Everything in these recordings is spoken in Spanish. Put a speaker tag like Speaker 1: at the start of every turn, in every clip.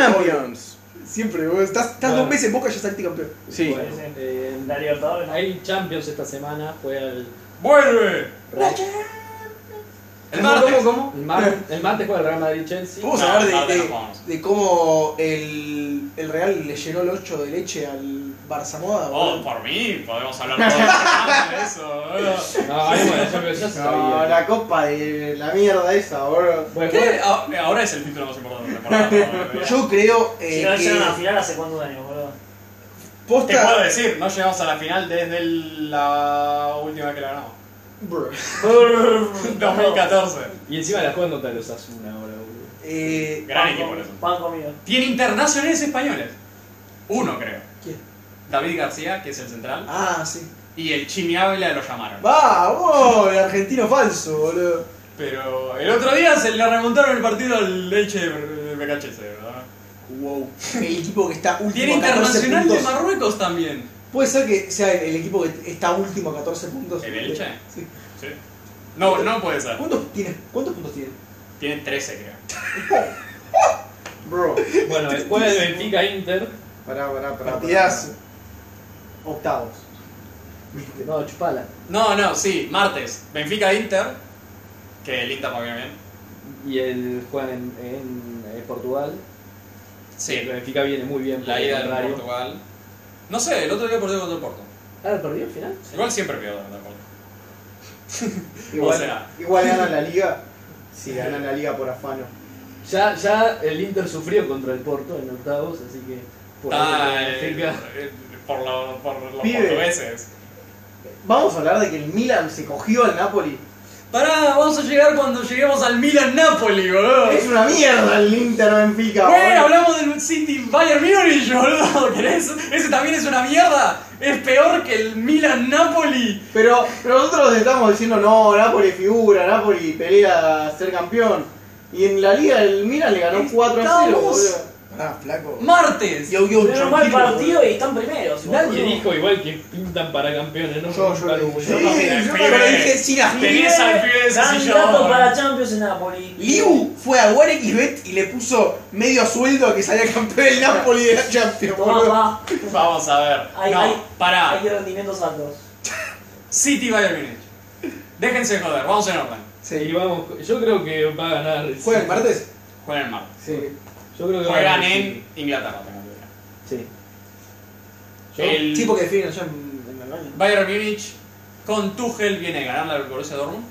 Speaker 1: Champions.
Speaker 2: Siempre, vos estás, estás
Speaker 3: Claro.
Speaker 2: dos meses en Boca y ya saliste campeón.
Speaker 1: Sí.
Speaker 3: Por eso, eh, en la Libertadores hay Champions esta semana. Fue el,
Speaker 4: ¡Vuelve!
Speaker 3: Real-
Speaker 4: El martes.
Speaker 2: cómo?
Speaker 3: el, mar- el martes juega el Real Madrid-Chelsea.
Speaker 2: Vamos
Speaker 4: No,
Speaker 2: a hablar de,
Speaker 4: no,
Speaker 2: de-
Speaker 4: no podemos.
Speaker 2: de cómo el, el Real le llenó el 8 de leche al Barça Moda.
Speaker 4: Oh,
Speaker 2: boludo.
Speaker 4: por mí, podemos hablar todo el programa de eso, boludo.
Speaker 3: No, Ah, ahí, bueno, Champions ya se
Speaker 5: No,
Speaker 3: sabía.
Speaker 5: la copa de la mierda esa, boludo.
Speaker 3: Bueno,
Speaker 4: ¿Qué? Ah, Ahora es el título más importante de la temporada. boludo.
Speaker 2: Yo creo eh,
Speaker 6: Si no hicieron la
Speaker 2: que
Speaker 6: final hace cuántos años, boludo.
Speaker 4: Te puedo
Speaker 2: posta.
Speaker 4: decir, no llegamos a la final desde el- la última vez que la ganamos.
Speaker 2: Brr.
Speaker 4: 2014.
Speaker 3: y encima la juegan contra los Asuna ahora, boludo.
Speaker 2: Eh,
Speaker 4: Gran
Speaker 6: Pan
Speaker 4: equipo
Speaker 6: comido,
Speaker 4: eso.
Speaker 6: Pan comido.
Speaker 4: Tiene internacionales españoles. Uno, creo.
Speaker 2: ¿Quién?
Speaker 4: David García, que es el central.
Speaker 2: ah, sí.
Speaker 4: Y el Chimi Ávila lo llamaron.
Speaker 2: Vamos, el argentino falso, boludo.
Speaker 4: Pero el otro día se le remontaron el partido al Leche de BKHS, ¿verdad?
Speaker 2: Wow. El equipo que está último
Speaker 4: Tiene
Speaker 2: a 14
Speaker 4: internacional de
Speaker 2: puntos.
Speaker 4: Marruecos también.
Speaker 2: Puede ser que sea el, el equipo que está último a 14 puntos.
Speaker 4: ¿El Elche?
Speaker 2: Sí.
Speaker 4: Sí. No, no puede ser.
Speaker 2: ¿Cuántos, tiene, ¿Cuántos puntos tiene?
Speaker 4: Tiene 13, creo.
Speaker 5: Bro,
Speaker 3: Bueno, el jueves Benfica-Inter.
Speaker 5: pará, pará, pará.
Speaker 2: Partidazo.
Speaker 5: pará. Octavos.
Speaker 3: No, chupala.
Speaker 4: No, no, sí, martes. Benfica-Inter. Que el Inter va bien bien.
Speaker 3: Y el juegan en, en, eh, Portugal. El
Speaker 4: Sí,
Speaker 3: Benfica viene muy bien. por
Speaker 4: la
Speaker 3: el
Speaker 4: ida de
Speaker 3: contrario.
Speaker 4: Portugal. No sé, el otro día perdió contra el Porto.
Speaker 3: Ah, perdió al final.
Speaker 4: Igual siempre pierdo contra el Porto.
Speaker 5: Igual,
Speaker 4: sea.
Speaker 5: igual gana la liga. Si gana la liga por afano.
Speaker 3: Ya, ya el Inter sufrió contra el Porto en octavos, así que. por
Speaker 4: Está
Speaker 3: ahí
Speaker 4: eh,
Speaker 3: Benfica.
Speaker 4: eh, por, lo- por los
Speaker 5: Pibe.
Speaker 4: portugueses.
Speaker 5: Vamos a hablar de que el Milan se cogió al Napoli.
Speaker 4: Pará, vamos a llegar cuando lleguemos al Milan-Napoli, boludo.
Speaker 5: Es una mierda el Inter Benfica.
Speaker 4: Bueno,
Speaker 5: boludo.
Speaker 4: hablamos del City Bayern Múnich, boludo. ¿Querés? Ese también es una mierda. Es peor que el Milan-Napoli.
Speaker 5: Pero, pero nosotros estamos diciendo no, Napoli figura, Napoli pelea a ser campeón. Y en la liga el Milan le ganó 4 a 0,
Speaker 4: Estamos-
Speaker 5: boludo.
Speaker 2: Ah, flaco.
Speaker 4: Martes.
Speaker 2: Yo, yo,
Speaker 6: Tuvieron un mal
Speaker 2: tranquilo,
Speaker 6: partido y están primeros.
Speaker 3: Nadie
Speaker 6: boludo.
Speaker 3: dijo igual que pintan para campeones, ¿no?
Speaker 2: Yo, yo
Speaker 3: Para
Speaker 2: lo
Speaker 3: un-
Speaker 2: dije.
Speaker 4: no,
Speaker 2: Sí,
Speaker 4: el
Speaker 2: yo
Speaker 4: pibe.
Speaker 2: lo dije sin asco.
Speaker 4: Tenés al pibe de ese sillón.
Speaker 6: Candidato para Champions en Napoli.
Speaker 2: Liu fue a OneXBet y le puso medio sueldo a que salía campeón del Napoli de la Champions,
Speaker 6: Tomá,
Speaker 2: boludo.
Speaker 6: va.
Speaker 4: Vamos a ver.
Speaker 6: Ay,
Speaker 4: no,
Speaker 6: ay.
Speaker 4: pará.
Speaker 6: Hay rendimientos altos.
Speaker 4: City Bayern Múnich. Déjense joder, vamos en orden.
Speaker 3: Y
Speaker 2: Sí.
Speaker 3: vamos, yo creo que va a ganar. el
Speaker 2: ¿Juega el
Speaker 3: City.
Speaker 2: martes?
Speaker 4: Juegan en martes.
Speaker 3: Sí. Yo creo que va a
Speaker 4: Juegan
Speaker 3: ganar. el
Speaker 4: en
Speaker 3: City.
Speaker 4: Inglaterra, tengo que
Speaker 3: Sí.
Speaker 4: decir.
Speaker 3: Yo-
Speaker 4: El
Speaker 2: Sí, porque definen allá en, en Alemania.
Speaker 4: Bayern Múnich con Tuchel viene a ganar la Borussia Dortmund.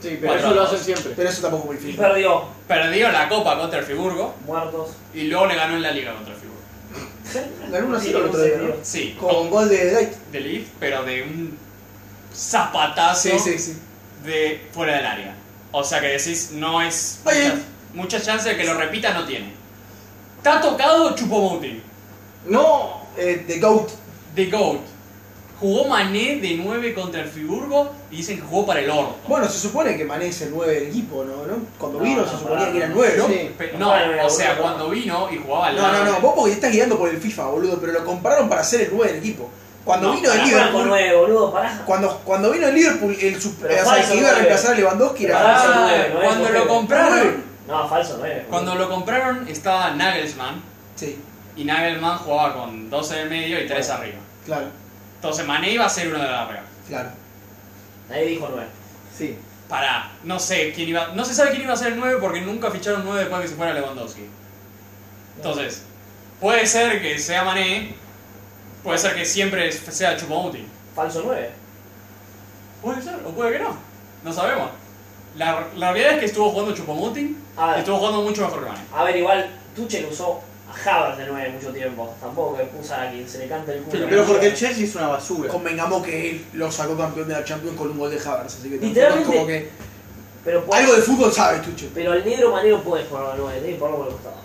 Speaker 5: Sí, pero
Speaker 4: Cuatro
Speaker 5: eso lo
Speaker 4: a dos.
Speaker 5: hacen siempre.
Speaker 2: Pero eso tampoco
Speaker 6: Y
Speaker 2: cualifica.
Speaker 6: perdió.
Speaker 4: Perdió la Copa contra el Friburgo
Speaker 6: Muertos.
Speaker 4: y luego le ganó en la Liga contra el Friburgo.
Speaker 2: Ganó 1 0 el otro día, ¿no?
Speaker 4: Sí,
Speaker 2: Con gol de Dijk.
Speaker 4: de Leaf, pero de un zapatazo
Speaker 2: Sí, sí, sí.
Speaker 4: de fuera del área. O sea que decís, no es.
Speaker 2: Está bien.
Speaker 4: Muchas, muchas chances de que lo repita no tiene. Está tocado Chupomouti.
Speaker 5: No,
Speaker 2: Eh, The Goat.
Speaker 4: The GOAT. Jugó Mané de 9 contra el Friburgo y dicen que jugó para el orto.
Speaker 2: Bueno, se supone que Mané es el 9 del equipo, ¿no? ¿No? Cuando
Speaker 6: No,
Speaker 2: vino
Speaker 6: no,
Speaker 2: se
Speaker 6: pará,
Speaker 2: suponía que era el
Speaker 6: no.
Speaker 2: 9, ¿no?
Speaker 5: sí.
Speaker 4: Pe-
Speaker 6: No, no,
Speaker 4: No,
Speaker 6: no,
Speaker 4: o sea,
Speaker 6: no.
Speaker 4: cuando vino y jugaba al
Speaker 2: No, no,
Speaker 4: lado.
Speaker 2: no, vos porque te estás guiando por el FIFA, boludo, pero lo compraron para ser el 9 del equipo. Cuando
Speaker 4: No,
Speaker 2: vino el
Speaker 4: pará,
Speaker 6: Franco
Speaker 2: Liverpool,
Speaker 6: 9, boludo, pará.
Speaker 2: cuando, cuando vino el Liverpool, el super,
Speaker 6: Pero
Speaker 2: o sea, el
Speaker 6: falso
Speaker 2: que iba a
Speaker 6: nueve.
Speaker 2: reemplazar a Lewandowski era
Speaker 6: Pará,
Speaker 2: falso.
Speaker 4: Ah,
Speaker 6: nueve, no es
Speaker 4: cuando
Speaker 6: nueve.
Speaker 4: lo compraron,
Speaker 6: No, falso 9.
Speaker 4: cuando lo compraron estaba Nagelsmann
Speaker 2: Sí,
Speaker 4: y Nagelsmann jugaba con 12 de medio y 3 arriba.
Speaker 2: claro,
Speaker 4: Entonces Mané iba a ser uno de arriba.
Speaker 2: claro.
Speaker 6: Nadie dijo 9.
Speaker 5: sí.
Speaker 4: Pará, no sé quién iba, no se sabe quién iba a ser el 9 porque nunca ficharon 9 después de que se fuera Lewandowski. Entonces, puede ser que sea Mané, puede ser que siempre sea Chupamouti.
Speaker 6: Falso 9.
Speaker 4: Puede ser, o puede que no. No sabemos. La, la realidad es que estuvo jugando Chupomutin
Speaker 6: A
Speaker 4: y
Speaker 6: ver,
Speaker 4: estuvo jugando mucho mejor que Mané.
Speaker 6: a ver igual Tuchel usó a Havertz de 9 mucho tiempo. Tampoco que usa a quien se le canta el culo.
Speaker 5: Pero porque el Chelsea es una basura.
Speaker 2: Convengamos que él lo sacó campeón de la Champions con un gol de Havertz, así que
Speaker 6: Literalmente- Pues-
Speaker 2: tampoco es como
Speaker 6: Pero,
Speaker 2: que
Speaker 6: puede-
Speaker 2: algo de fútbol sabe, Tucho.
Speaker 6: pero el negro manero puede jugar al 9, tiene que ponerlo por el costado.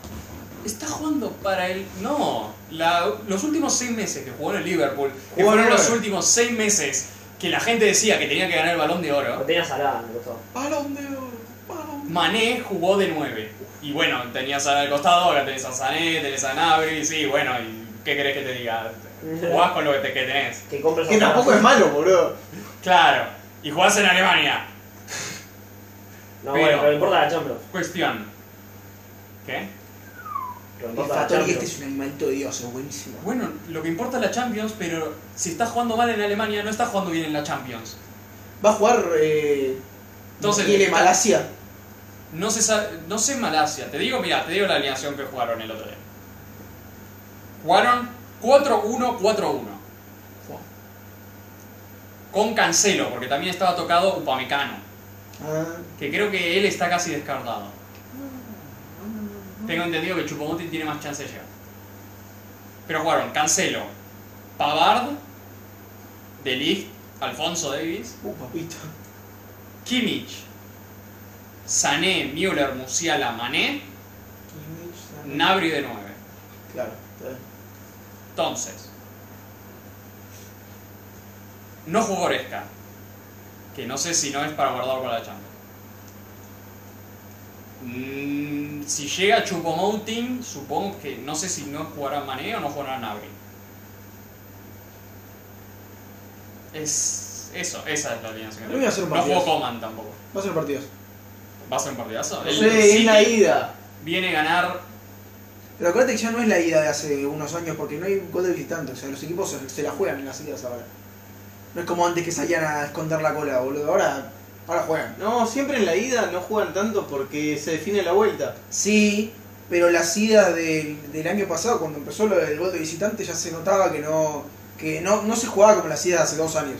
Speaker 4: Está jugando para el. No, la- los últimos seis meses que jugó en el Liverpool, que
Speaker 5: Jugó en
Speaker 4: fueron
Speaker 5: el
Speaker 4: los
Speaker 5: Liverpool.
Speaker 4: últimos seis meses que la gente decía que tenía que ganar el balón de
Speaker 6: Lo
Speaker 4: oro,
Speaker 6: tenía salada en el costado.
Speaker 2: Balón de oro, balón.
Speaker 4: Mané jugó de 9. Y bueno, tenías al costado, ahora tenés a Sané, tenés a Nabri, sí, bueno, ¿y qué querés que te diga? Jugás con lo que, te- que tenés.
Speaker 6: Que compres
Speaker 5: Que tampoco es malo, boludo.
Speaker 4: Claro, y jugás en Alemania.
Speaker 6: No,
Speaker 4: Pero-
Speaker 6: bueno, pero importa la Champions.
Speaker 4: Cuestión. ¿Qué?
Speaker 7: Lo
Speaker 2: El
Speaker 7: importa la
Speaker 2: Fattori este
Speaker 7: Champions.
Speaker 2: es un animalito de Dios, es buenísimo.
Speaker 4: Bueno, lo que importa es la Champions, pero si estás jugando mal en Alemania, no estás jugando bien en la Champions.
Speaker 2: Va a jugar. Eh,
Speaker 4: Entonces,
Speaker 2: Guile Malasia.
Speaker 4: No sé, sa- no sé Malasia. Te digo, mira, te digo la alineación que jugaron el otro día. Jugaron 4-1-4-1. Con Cancelo, porque también estaba tocado Upamecano.
Speaker 2: Ah,
Speaker 4: Que creo que él está casi descartado. Tengo entendido que Chupomote tiene más chance de llegar. Pero jugaron Cancelo, Pavard, De Ligt, Alfonso Davis,
Speaker 2: uh, papito.
Speaker 4: Kimmich, Sané, Müller, Musiala, Mané, Nabri de 9.
Speaker 2: Claro, está bien.
Speaker 4: Entonces, no jugó Oresca, que no sé si no es para guardar con la Champions. Mm, si llega Chupomoting, supongo que no sé si no jugará Mané o no jugará Nabri. Es eso, esa es la alineación. que
Speaker 2: Yo voy a hacer un
Speaker 4: no jugó
Speaker 2: partidazo.
Speaker 4: Coman tampoco.
Speaker 2: Va a ser partidos.
Speaker 4: ¿Va a ser un partidazo?
Speaker 5: No
Speaker 4: El
Speaker 5: sé, es la
Speaker 4: City
Speaker 5: ida.
Speaker 4: viene a ganar
Speaker 2: Pero acuérdate que ya no es la ida de hace unos años porque no hay un gol de visitante. O sea, los equipos se, se la juegan en las idas ahora. No es como antes que salían a esconder la cola, boludo. Ahora, ahora juegan.
Speaker 5: No, siempre en la ida no juegan tanto porque se define la vuelta.
Speaker 2: Sí, pero las idas del, del año pasado, cuando empezó lo del gol de visitante, ya se notaba que no que no, no se jugaba como las idas de hace dos años.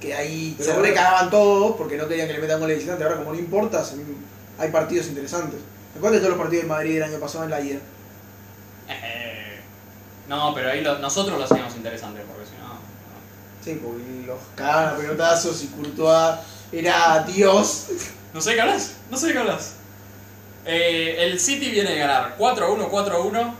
Speaker 2: Que ahí
Speaker 5: Pero
Speaker 2: se
Speaker 5: bueno.
Speaker 2: recagaban todos porque no querían que le metan gol de visitante. Ahora, como no importa, se- hay partidos interesantes. Acuérdate de todos los partidos de Madrid del año pasado en la ida.
Speaker 4: Eh, No, pero ahí lo- nosotros lo hacíamos interesante, porque si no. no.
Speaker 2: Sí, porque los cagaban a pelotazos y Courtois era Dios.
Speaker 4: No sé de qué hablas, no sé de qué hablas. Eh, el City viene a ganar 4-1, 4-1,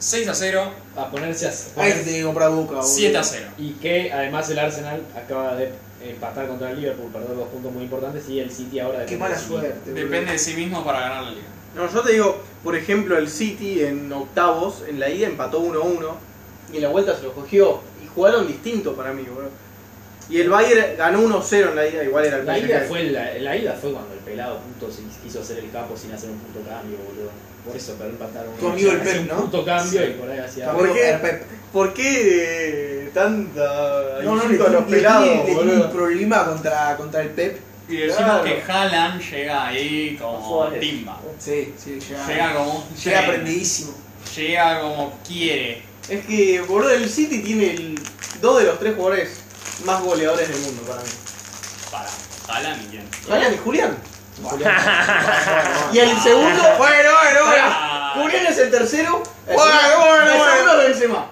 Speaker 4: 6-0,
Speaker 8: A ponerse a.
Speaker 2: Ahí
Speaker 4: Pues,
Speaker 2: te tiene que comprar boca, boludo.
Speaker 4: 7-0.
Speaker 8: Y que además el Arsenal acaba de eh, empatar contra el Liverpool, perder dos puntos muy importantes y el City ahora
Speaker 2: Qué
Speaker 8: depende
Speaker 2: mala
Speaker 8: de sí.
Speaker 2: suerte. boludo.
Speaker 4: Depende de sí mismo para ganar la liga.
Speaker 5: No, yo te digo, por ejemplo, el City en octavos, en la ida empató 1-1 y en la vuelta se lo cogió. Y jugaron distinto para mí, boludo. Y el Bayern ganó 1-0 en la ida, igual era el
Speaker 8: La
Speaker 5: Bayern.
Speaker 8: ida, fue la, la ida fue cuando el pelado puto se quiso hacer el capo sin hacer un puto cambio, boludo. Por eso pero empataron.
Speaker 2: Tu amigo el
Speaker 8: Hacía
Speaker 2: Pep,
Speaker 8: un
Speaker 2: ¿no?
Speaker 8: puto cambio
Speaker 4: Sí.
Speaker 8: y por ahí hacía.
Speaker 5: ¿Por qué?
Speaker 2: Era Pep.
Speaker 5: ¿Por qué eh, tanta
Speaker 2: No, no, le,
Speaker 5: insulto a los
Speaker 2: le- le- le-
Speaker 5: pelados,
Speaker 2: le- le- un
Speaker 5: boludo?
Speaker 2: problema contra, contra el Pep.
Speaker 4: Y decimos
Speaker 5: Claro.
Speaker 4: que Haaland llega ahí como
Speaker 7: Suárez.
Speaker 4: timba.
Speaker 2: Sí, sí, llega. Llega,
Speaker 4: Llega como un tren.
Speaker 2: aprendidísimo.
Speaker 4: Llega como quiere.
Speaker 5: Es que, boludo, el City tiene el- dos de los tres jugadores más goleadores del mundo para mí.
Speaker 4: Para Haaland y quién.
Speaker 5: Julián y Julián.
Speaker 2: Bueno,
Speaker 5: Y el segundo...
Speaker 2: bueno, bueno.
Speaker 5: Julián es el tercero. El
Speaker 2: Bueno,
Speaker 5: segundo-
Speaker 2: bueno,
Speaker 5: el
Speaker 2: bueno.
Speaker 5: segundo es Benzema.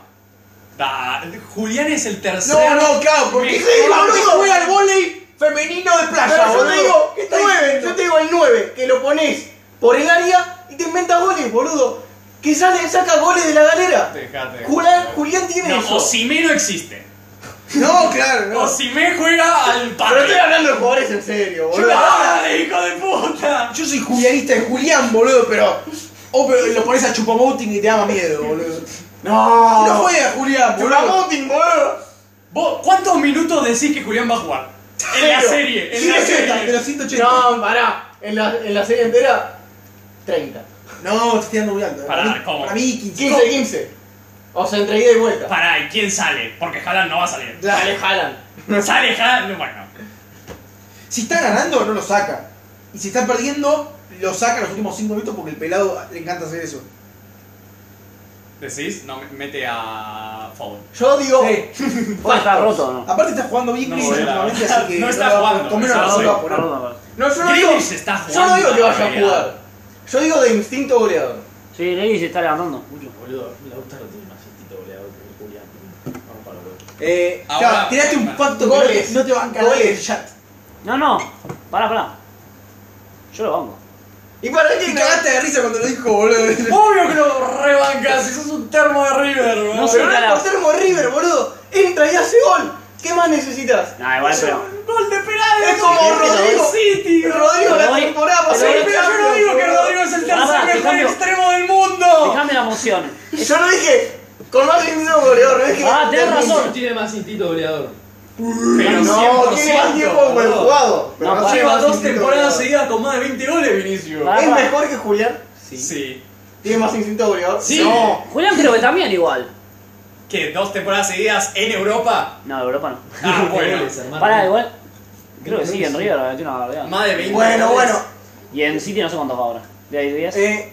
Speaker 4: Da- Julián es el tercero.
Speaker 2: No, no, claro, porque
Speaker 4: mejor
Speaker 2: sí, boludo,
Speaker 5: boludo.
Speaker 2: juega al volei femenino de
Speaker 5: Pero
Speaker 2: playa,
Speaker 5: yo te digo,
Speaker 2: boludo. ¿Qué está
Speaker 5: nueve, yo
Speaker 2: diciendo?
Speaker 5: te digo el 9, que lo pones por el área y te inventa goles, boludo. Que sale, saca goles de la galera.
Speaker 4: Dejate.
Speaker 5: Julián, Julián tiene
Speaker 4: No,
Speaker 5: eso.
Speaker 4: Osimé no existe.
Speaker 2: No, claro, no.
Speaker 4: Osimé juega al
Speaker 5: Pero
Speaker 4: padre.
Speaker 5: estoy hablando de jugadores en serio,
Speaker 2: Yo
Speaker 5: boludo.
Speaker 2: la-
Speaker 4: ¡Ah, hijo de puta!
Speaker 2: Yo soy julianista de Julián, boludo, pero. Oh, pero lo pones a Chupamouting y te da miedo, boludo.
Speaker 5: No,
Speaker 2: No juega Julián, boludo.
Speaker 5: Chupamoting, boludo.
Speaker 4: ¿Vos cuántos minutos decís que Julián va a jugar? En la
Speaker 5: Cero.
Speaker 4: serie, en la
Speaker 2: 180, de
Speaker 4: serie.
Speaker 2: los 180.
Speaker 5: No, pará. En la, en la serie entera, 30.
Speaker 2: No, te estoy dando muy alto. eh.
Speaker 4: Pará,
Speaker 2: Para mí,
Speaker 4: ¿cómo?
Speaker 2: Para mí, 15.
Speaker 5: 15, 15. O sea, entre ida y vuelta.
Speaker 4: Pará, ¿y quién sale? Porque Haaland no va a salir.
Speaker 5: Dale, jalan.
Speaker 4: Sale Haaland, bueno.
Speaker 2: Si está ganando, no lo saca. Y si está perdiendo, lo saca los últimos 5 minutos porque el pelado le encanta hacer eso.
Speaker 4: ¿Decís? No, mete a Fowl.
Speaker 5: Yo digo,
Speaker 2: Sí.
Speaker 7: Bueno, está roto, o ¿no?
Speaker 2: Aparte está jugando bien
Speaker 4: No,
Speaker 2: Gris
Speaker 4: boludo.
Speaker 2: últimamente, así que.
Speaker 4: No está
Speaker 2: lo va-
Speaker 4: jugando,
Speaker 2: con menos
Speaker 4: está
Speaker 2: razón lo va a
Speaker 7: Está
Speaker 2: poner.
Speaker 7: roto, aparte.
Speaker 5: no, yo no digo,
Speaker 4: Grealish está jugando.
Speaker 5: yo no digo que vaya a
Speaker 4: realidad.
Speaker 5: jugar. Yo digo de instinto goleador.
Speaker 7: Sí, Lely se está levantando mucho.
Speaker 8: Boludo, Lautaro tiene más instinto goleador que Julián. Vamos para boludo.
Speaker 5: Eh,
Speaker 4: Ahora-
Speaker 2: Claro, tiraste un pacto
Speaker 5: Goles.
Speaker 2: que no te van a ganar
Speaker 5: Goles.
Speaker 2: el chat.
Speaker 7: No, no, pará, pará. Yo lo banco.
Speaker 5: ¿Y para qué
Speaker 2: Te cagaste de risa cuando lo dijo, boludo.
Speaker 4: Obvio que lo rebancas, si sos un termo de River, bro.
Speaker 7: No sé.
Speaker 5: Pero no es por ser como River, boludo. Entra y hace gol. ¿Qué más necesitas?
Speaker 7: Nah, igual, pero.
Speaker 4: Gol de penales.
Speaker 5: Es como
Speaker 4: Pero
Speaker 5: Rodrigo.
Speaker 4: City, bro.
Speaker 5: Rodrigo la
Speaker 7: Pero hoy-
Speaker 5: temporada
Speaker 7: pero
Speaker 5: pasada.
Speaker 7: hoy-
Speaker 5: en
Speaker 4: Pero yo no
Speaker 5: Champions,
Speaker 4: digo que
Speaker 5: boludo.
Speaker 4: Rodrigo es el
Speaker 7: Ah,
Speaker 4: tercer
Speaker 7: va, te
Speaker 4: mejor
Speaker 7: cambio.
Speaker 4: extremo del mundo.
Speaker 7: Dejame las emociones.
Speaker 5: Yo lo dije con más instinto goleador. No es que
Speaker 7: Ah, tenés razón.
Speaker 8: No tiene más instinto goleador.
Speaker 4: Pero
Speaker 5: No, tiene más tiempo por el jugado. pero
Speaker 7: No,
Speaker 5: tiene
Speaker 4: Lleva
Speaker 5: más
Speaker 4: dos
Speaker 5: instinto
Speaker 4: temporadas
Speaker 5: goleador.
Speaker 4: seguidas con más de 20 goles, Vinicius.
Speaker 7: Ah.
Speaker 5: ¿Es mejor que Julián?
Speaker 4: Sí.
Speaker 5: ¿Tiene más instinto goleador?
Speaker 4: Sí.
Speaker 5: No.
Speaker 6: Julián creo que también igual.
Speaker 4: ¿Qué? ¿Dos temporadas seguidas en Europa?
Speaker 6: No, de Europa no.
Speaker 4: Ah, bueno.
Speaker 6: Pará, igual. Creo que sí, en River metió una barbaridad.
Speaker 4: Más de 20
Speaker 5: Bueno,
Speaker 4: goles.
Speaker 5: bueno.
Speaker 6: Y en City no sé cuántos va ahora. ¿De ahí 10?
Speaker 5: Eh,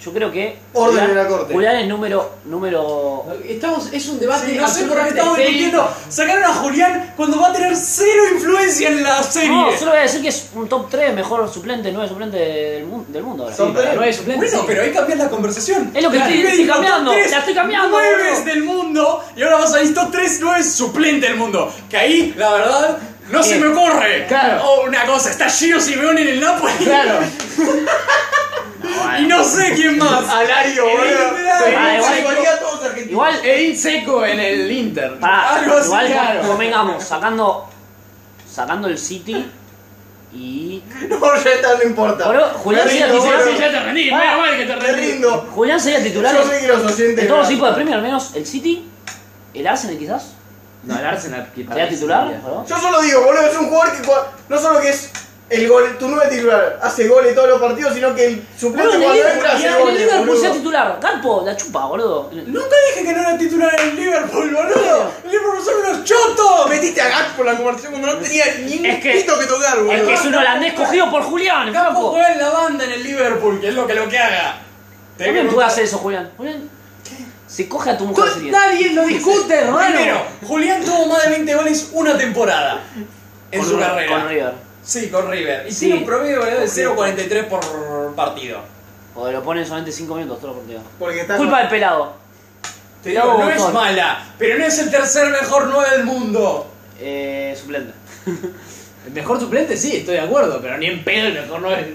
Speaker 6: yo creo que.
Speaker 5: Orden
Speaker 6: Julián-
Speaker 5: en la corte.
Speaker 6: Julián es número. número
Speaker 3: Estamos, es un debate.
Speaker 4: Sí, no sé por qué
Speaker 3: absolutamente
Speaker 4: estamos
Speaker 3: estéril.
Speaker 4: discutiendo. Sacaron a Julián cuando va a tener cero influencia en la serie.
Speaker 6: No, solo voy a decir que es un top 3 mejor suplente, nueve suplente del, mu- del mundo ahora.
Speaker 5: Son
Speaker 3: Para
Speaker 5: tres.
Speaker 3: nueve suplentes.
Speaker 4: Bueno,
Speaker 3: sí.
Speaker 4: pero ahí cambias la conversación.
Speaker 6: Es lo que
Speaker 4: Claro.
Speaker 6: estoy- estoy
Speaker 4: Top
Speaker 6: cambiando,
Speaker 4: tres
Speaker 6: la estoy cambiando,
Speaker 4: nueves
Speaker 6: boludo.
Speaker 4: del mundo y ahora vas a ir top 3 nueves suplente del mundo. Que ahí, la verdad, no se
Speaker 3: Eh,
Speaker 4: me ocurre.
Speaker 3: claro.
Speaker 4: O una cosa, está Giro Simeone en el Napoli.
Speaker 3: Claro.
Speaker 4: Y no sé quién más.
Speaker 5: Alario,
Speaker 4: Eh,
Speaker 5: boludo.
Speaker 4: mirá.
Speaker 6: Ah, igual-
Speaker 5: Se golea a todos argentinos.
Speaker 6: Igual,
Speaker 3: Edin E Seco en el Inter.
Speaker 6: pará,
Speaker 4: algo así,
Speaker 6: Ah, igual
Speaker 3: claro.
Speaker 6: convengamos, sacando. Sacando el City y.
Speaker 5: No, ya está, no importa.
Speaker 6: Boludo, Julián
Speaker 5: Me
Speaker 6: sería
Speaker 5: rindo,
Speaker 6: titular.
Speaker 5: boludo.
Speaker 3: Sí, ya te rendí,
Speaker 6: Ah.
Speaker 3: menos mal que te
Speaker 5: Me
Speaker 3: rendí.
Speaker 5: rindo.
Speaker 6: Julián sería titular
Speaker 5: Yo sé que los
Speaker 6: de
Speaker 5: oyentes.
Speaker 6: todos los
Speaker 5: me-
Speaker 6: tipos de premio, al menos el City, el Arsenal quizás.
Speaker 3: No, el Arsenal. que
Speaker 6: ¿Sería
Speaker 3: para mí
Speaker 6: titular?
Speaker 3: sería-
Speaker 6: perdón.
Speaker 5: Yo solo digo, boludo, es un jugador que cua- no solo que es el gol, tu nueve titular hace goles todos los partidos, sino que el
Speaker 6: Boludo, en
Speaker 5: suplente
Speaker 6: el
Speaker 5: cuando
Speaker 6: Liverpool,
Speaker 5: entra hace
Speaker 6: en el
Speaker 5: goles,
Speaker 6: Liverpool
Speaker 5: boludo.
Speaker 6: sea titular. Garpo, la chupa, boludo.
Speaker 4: Nunca dije que no era titular en el Liverpool, boludo. El Liverpool son unos chotos.
Speaker 5: Metiste a Gat por la conversación cuando no tenía ni un
Speaker 6: Es que-
Speaker 5: pito que tocar, boludo.
Speaker 6: Es que es un holandés cogido por Julián,
Speaker 4: Campo
Speaker 6: capo.
Speaker 4: juega en la banda en el Liverpool, que es lo que lo que haga. Te
Speaker 6: También
Speaker 4: digo-
Speaker 6: puede hacer eso, Julián. Julián, se coge a tu mujer
Speaker 3: Con-
Speaker 6: sería.
Speaker 3: Nadie lo discute,
Speaker 4: Primero,
Speaker 3: hermano.
Speaker 4: Julián tuvo más de 20 goles una temporada en
Speaker 6: Con
Speaker 4: su
Speaker 6: Ri-
Speaker 4: carrera.
Speaker 6: Con River.
Speaker 4: Sí, con River. Y
Speaker 6: Sí.
Speaker 4: tiene un promedio de goleador de 0.43 por partido.
Speaker 6: O lo ponen solamente 5 minutos, todo partido.
Speaker 5: Porque está
Speaker 6: Culpa del pelado.
Speaker 4: Te digo,
Speaker 6: Bravo,
Speaker 4: no es
Speaker 6: Botón.
Speaker 4: mala, pero no es el tercer mejor 9 del mundo.
Speaker 6: Eh, suplente.
Speaker 3: El mejor suplente, sí, estoy de acuerdo, pero ni en pedo el mejor no es.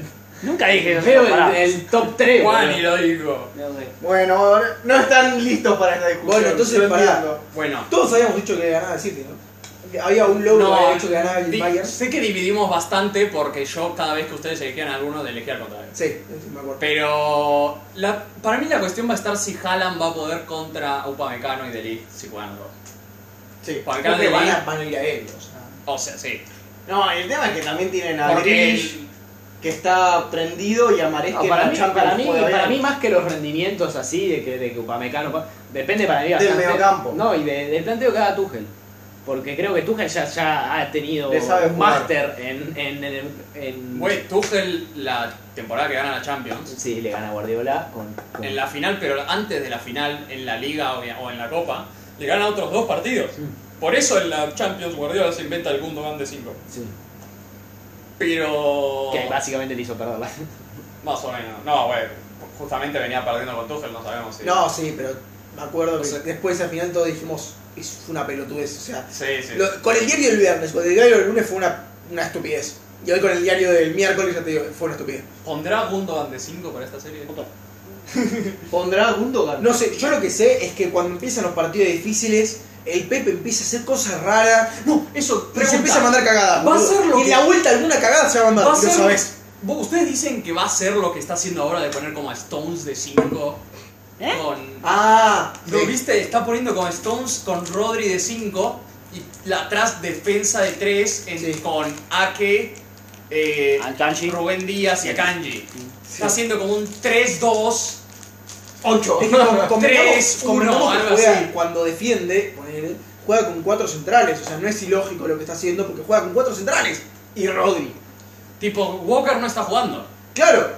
Speaker 6: Nunca dije
Speaker 3: Veo
Speaker 6: eso. pará.
Speaker 3: el, el top 3.
Speaker 4: Juan y lo digo.
Speaker 6: No sé.
Speaker 5: Bueno, ahora no están listos para esta discusión.
Speaker 2: Bueno, entonces,
Speaker 5: lo
Speaker 2: pará.
Speaker 5: entiendo.
Speaker 4: Bueno.
Speaker 2: Todos habíamos dicho que ganaba el City, ¿no? Que Había un logo que había dicho que ganaba el
Speaker 4: di-
Speaker 2: Bayern.
Speaker 4: sé que dividimos bastante porque yo cada vez que ustedes elegían a alguno, elegía al contrario.
Speaker 2: Sí, me acuerdo.
Speaker 4: Pero la- para mí la cuestión va a estar si Haaland va a poder contra Upamecano y De Ligt, si juegan los dos.
Speaker 5: Sí.
Speaker 2: Creo
Speaker 4: Upamecano y
Speaker 2: que
Speaker 4: De
Speaker 2: van a,
Speaker 4: Ligt,
Speaker 2: van a ir a él, o sea.
Speaker 4: o sea, sí.
Speaker 5: No, el tema es que también tienen a
Speaker 4: Porque-
Speaker 5: Grealish, que está prendido y a Mahrez,
Speaker 3: No,
Speaker 5: que
Speaker 3: para,
Speaker 5: en la
Speaker 3: mí,
Speaker 5: Champions
Speaker 3: para, mí,
Speaker 5: juega
Speaker 3: para
Speaker 5: bien.
Speaker 3: mí más que los rendimientos así de que, de que Upamecano pa- depende para mí
Speaker 5: Del
Speaker 3: bastante-
Speaker 5: mediocampo.
Speaker 3: No, y de- del planteo que haga Tuchel. Porque creo que Tuchel ya, ya ha tenido
Speaker 5: Le sabe
Speaker 3: un
Speaker 5: jugar.
Speaker 3: máster en, en, en, en-
Speaker 4: Güey, Tuchel la temporada que gana la Champions,
Speaker 3: Sí, le gana a Guardiola con, con-
Speaker 4: en la final, pero antes de la final, en la Liga obvia- o en la Copa, le gana otros dos partidos. Por eso en la Champions Guardiola se inventa el Gundogan de 5.
Speaker 3: sí,
Speaker 4: Pero...
Speaker 3: que básicamente le hizo perderla.
Speaker 4: Más o menos. No, güey. Justamente venía perdiendo con Tuchel, no sabemos si...
Speaker 2: No, sí, pero me acuerdo que
Speaker 4: Sí.
Speaker 2: después al final todos dijimos, es una pelotudez, o sea.
Speaker 4: Sí, sí.
Speaker 2: lo- con el diario del viernes, con el diario del lunes fue una, una estupidez. Y hoy con el diario del miércoles, ya te digo, fue una estupidez.
Speaker 4: ¿Pondrá Gundogan de 5 para esta serie?
Speaker 5: ¿Pondrá a Gundogan?
Speaker 2: No sé, yo lo que sé es que cuando empiezan los partidos difíciles, el Pepe empieza a hacer cosas raras. No,
Speaker 4: Eso,
Speaker 2: y se empieza a mandar cagadas.
Speaker 4: Va a
Speaker 2: boludo.
Speaker 4: ser lo
Speaker 2: y en
Speaker 4: que-
Speaker 2: la vuelta alguna cagada se va a mandar,
Speaker 4: Va
Speaker 2: y
Speaker 4: a
Speaker 2: lo
Speaker 4: ser-
Speaker 2: sabes.
Speaker 4: Vos- Ustedes dicen que va a ser lo que está haciendo ahora de poner como a Stones de 5
Speaker 6: ¿Eh?
Speaker 4: con...
Speaker 2: Ah,
Speaker 4: ¿Lo
Speaker 2: sí.
Speaker 4: viste? Está poniendo con Stones, con Rodri de 5 y la atrás defensa de 3
Speaker 2: Sí.
Speaker 4: con Ake, eh,
Speaker 6: Akanji.
Speaker 4: Rubén Díaz y Akanji.
Speaker 2: Sí.
Speaker 4: Está haciendo como un 3-2.
Speaker 5: 8.
Speaker 2: Es que con-
Speaker 4: Tres,
Speaker 2: comentamos, comentamos
Speaker 4: uno,
Speaker 2: que
Speaker 4: algo
Speaker 2: juega
Speaker 4: así.
Speaker 2: cuando defiende, ponele, juega con cuatro centrales. O sea, no es ilógico lo que está haciendo porque juega con cuatro centrales. Y Rodri.
Speaker 4: Tipo, Walker no está jugando.
Speaker 2: Claro,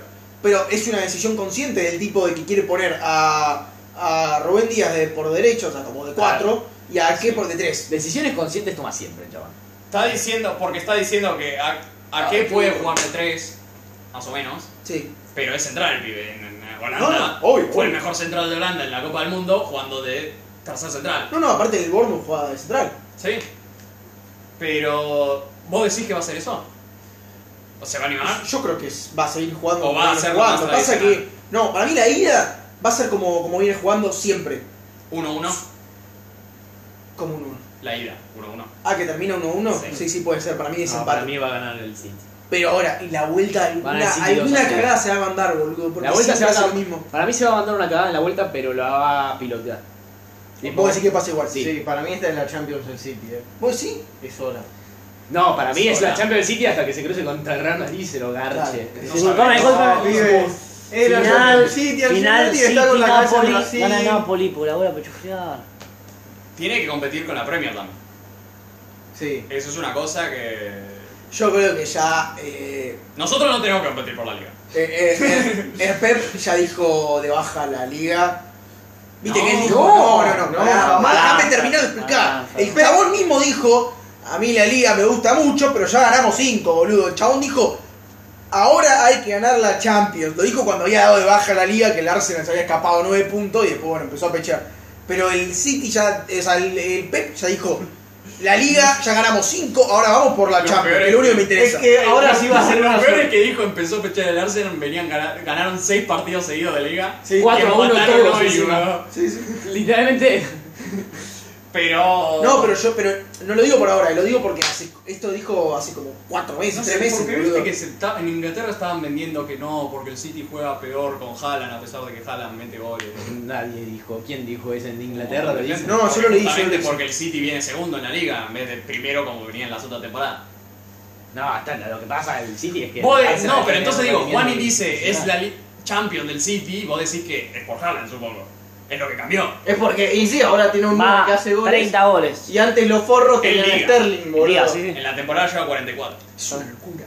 Speaker 2: pero es una decisión consciente del tipo de que quiere poner a, a Rubén Díaz de, por derecho, o sea, como de cuatro, y a Ake por de tres.
Speaker 3: Decisiones conscientes toma siempre, chaval.
Speaker 4: Está diciendo, porque está diciendo que a- Ake
Speaker 2: Ah,
Speaker 4: puede
Speaker 2: sí.
Speaker 4: jugar de 3, más o menos.
Speaker 2: Sí.
Speaker 4: Pero es central el pibe en, en
Speaker 2: No,
Speaker 4: Holanda.
Speaker 2: no, obvio,
Speaker 4: Fue el
Speaker 2: obvio.
Speaker 4: mejor central de Holanda en la Copa del Mundo jugando de tercer central.
Speaker 2: No, no, aparte el Bournemouth juega de central.
Speaker 4: ¿Sí? Pero. ¿Vos decís que va a hacer eso? ¿O se va a animar?
Speaker 2: Yo creo que es- va a seguir jugando
Speaker 4: Ah. O
Speaker 2: como
Speaker 4: va a
Speaker 2: viene
Speaker 4: ser
Speaker 2: jugando.
Speaker 4: más
Speaker 2: Pasa que,
Speaker 4: tradicional.
Speaker 2: no, para mí la ida va a ser como, como viene jugando siempre,
Speaker 4: 1-1,
Speaker 2: como un uno.
Speaker 4: la ida, 1-1.
Speaker 2: Ah, que termina 1-1.
Speaker 4: Sí.
Speaker 2: Sí. sí, puede ser. Para mí es
Speaker 3: No,
Speaker 2: empate.
Speaker 3: para mí va a ganar el City.
Speaker 2: Pero ahora, y la vuelta,
Speaker 3: Van a
Speaker 2: alguna,
Speaker 3: decir que los
Speaker 2: alguna
Speaker 3: hacen.
Speaker 2: cagada se va a mandar, boludo. Porque
Speaker 3: La vuelta se
Speaker 2: siempre
Speaker 3: va
Speaker 2: hace
Speaker 3: a
Speaker 2: lo mismo.
Speaker 3: Para mí se va a mandar una cagada en la vuelta, pero la va a pilotear.
Speaker 2: Vos decís que pasa igual.
Speaker 3: Sí.
Speaker 5: para mí esta es la Champions del City, eh.
Speaker 2: Vos sí.
Speaker 5: Es hora.
Speaker 3: No, para mí es la
Speaker 4: Sola.
Speaker 3: Champions City hasta que se cruce contra el Real Madrid y se lo garche.
Speaker 2: Claro.
Speaker 4: No
Speaker 6: Sí,
Speaker 4: sabemos.
Speaker 6: come,
Speaker 5: No,
Speaker 6: come.
Speaker 5: Ah, pibe. Es la
Speaker 6: Final,
Speaker 5: Champions City, al
Speaker 6: final,
Speaker 5: City
Speaker 6: City,
Speaker 5: está con la cabeza en
Speaker 6: Napoli,
Speaker 5: Brasil.
Speaker 6: gana Napoli por ahora, pechuflear.
Speaker 4: Tiene que competir con la Premier también.
Speaker 5: Sí.
Speaker 4: Eso es una cosa que.
Speaker 2: Yo creo que ya. Eh,
Speaker 4: Nosotros no tenemos que competir por la liga.
Speaker 2: eh, eh, eh, el Pep ya dijo de baja la liga. ¿Viste
Speaker 4: No,
Speaker 2: que él dijo?
Speaker 5: no,
Speaker 2: No, no, no.
Speaker 5: no,
Speaker 2: pará,
Speaker 5: jamás.
Speaker 2: déjame terminar de explicar.
Speaker 6: Jamás,
Speaker 2: El chabón mismo dijo: A mí la liga me gusta mucho, pero ya ganamos 5, boludo. El chabón dijo: Ahora hay que ganar la Champions. Lo dijo cuando había dado de baja la liga, que el Arsenal se había escapado 9 puntos y después, bueno, empezó a pechar. Pero el City ya, o sea, el, el Pep ya dijo: La liga, ya ganamos 5, ahora vamos por la
Speaker 4: Lo
Speaker 2: Champions,
Speaker 4: peor
Speaker 2: que
Speaker 4: es
Speaker 2: es lo único que
Speaker 4: que-
Speaker 2: me interesa.
Speaker 5: ahora sí va a ser
Speaker 4: Lo
Speaker 5: una
Speaker 4: peor es que dijo empezó a pechar el Arsenal, venían, ganar- ganaron 6 partidos seguidos de liga.
Speaker 5: Sí.
Speaker 3: 4 a 1
Speaker 4: empataron
Speaker 3: todos.
Speaker 4: hoy,
Speaker 3: encima.
Speaker 4: boludo.
Speaker 5: Sí, sí.
Speaker 3: Literalmente.
Speaker 4: Pero.
Speaker 2: No, pero yo pero no lo digo por ahora, lo digo porque hace- esto dijo hace como cuatro meses,
Speaker 4: No sé,
Speaker 2: tres meses.
Speaker 4: porque
Speaker 2: boludo.
Speaker 4: viste que se está- en Inglaterra estaban vendiendo que no, porque el City juega peor con Haaland, a pesar de que Haaland mete goles.
Speaker 3: Nadie dijo. ¿Quién dijo eso en Inglaterra? Lo dicen.
Speaker 2: No, yo lo leí, yo lo
Speaker 4: Justamente
Speaker 2: leí.
Speaker 4: porque el City viene segundo en la liga, en vez de primero como venía en la segunda temporada.
Speaker 3: No, está, lo que pasa en el City es que.
Speaker 4: Vos de-
Speaker 3: el Arsenal
Speaker 4: no, pero
Speaker 3: tiene
Speaker 4: entonces
Speaker 3: un
Speaker 4: digo, Juani
Speaker 3: rendimiento
Speaker 4: dice, es
Speaker 3: impresionante.
Speaker 4: la li- champion del City, y vos decís que es por Haaland, supongo. Es lo que cambió.
Speaker 5: Es porque, y sí, ahora tiene un
Speaker 6: Va,
Speaker 5: nuevo que hace goles.
Speaker 6: 30 goles.
Speaker 5: Y antes los forros
Speaker 4: En
Speaker 5: tenían a
Speaker 4: Liga.
Speaker 5: Sterling, boludo.
Speaker 6: Liga, sí, sí.
Speaker 4: En la temporada lleva 44.
Speaker 2: Es una locura.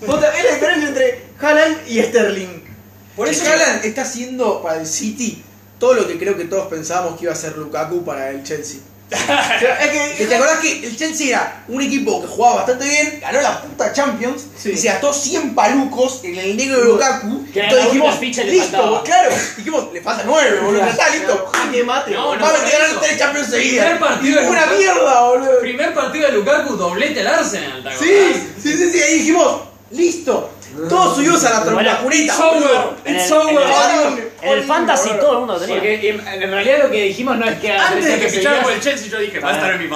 Speaker 2: boludo.
Speaker 5: Puta, es la diferencia entre Haaland y Sterling.
Speaker 2: Por eso Haaland está haciendo para el City todo lo que creo que todos pensábamos que iba a ser Lukaku para el Chelsea.
Speaker 5: O sea, es
Speaker 2: ¿Te acordás que el Chelsea era un equipo que jugaba bastante bien, ganó la puta Champions
Speaker 5: Sí.
Speaker 2: y se gastó 100 palucos en el negro de Lukaku?
Speaker 3: Que
Speaker 2: Entonces
Speaker 3: la
Speaker 2: dijimos,
Speaker 3: última ficha le
Speaker 2: listo,
Speaker 3: faltaba".
Speaker 2: claro, dijimos, le falta 9, boludo, ya está, listo.
Speaker 5: Jaque mate.
Speaker 4: No, no.
Speaker 2: Va a ganar
Speaker 4: eso.
Speaker 2: 3 Champions seguidas.
Speaker 4: Primer partido de
Speaker 2: Una
Speaker 4: Lukaku.
Speaker 2: mierda, boludo.
Speaker 4: Primer partido de Lukaku, doblete al Arsenal, ¿te acordás?
Speaker 2: Sí, sí, sí, sí, ahí dijimos, listo. Todos subimos a la trompa
Speaker 4: It's
Speaker 2: curita.
Speaker 4: over,
Speaker 6: En
Speaker 4: it's
Speaker 6: el-
Speaker 4: over.
Speaker 6: en
Speaker 2: Ahora,
Speaker 6: En el Fantasy todo el mundo lo tenía.
Speaker 3: Porque en, en realidad lo que dijimos no es que. a
Speaker 4: Antes de que
Speaker 3: Arsenal
Speaker 4: fichara
Speaker 3: seguía-
Speaker 4: por el Chelsea, yo dije, va a
Speaker 6: Pará.
Speaker 4: estar en mi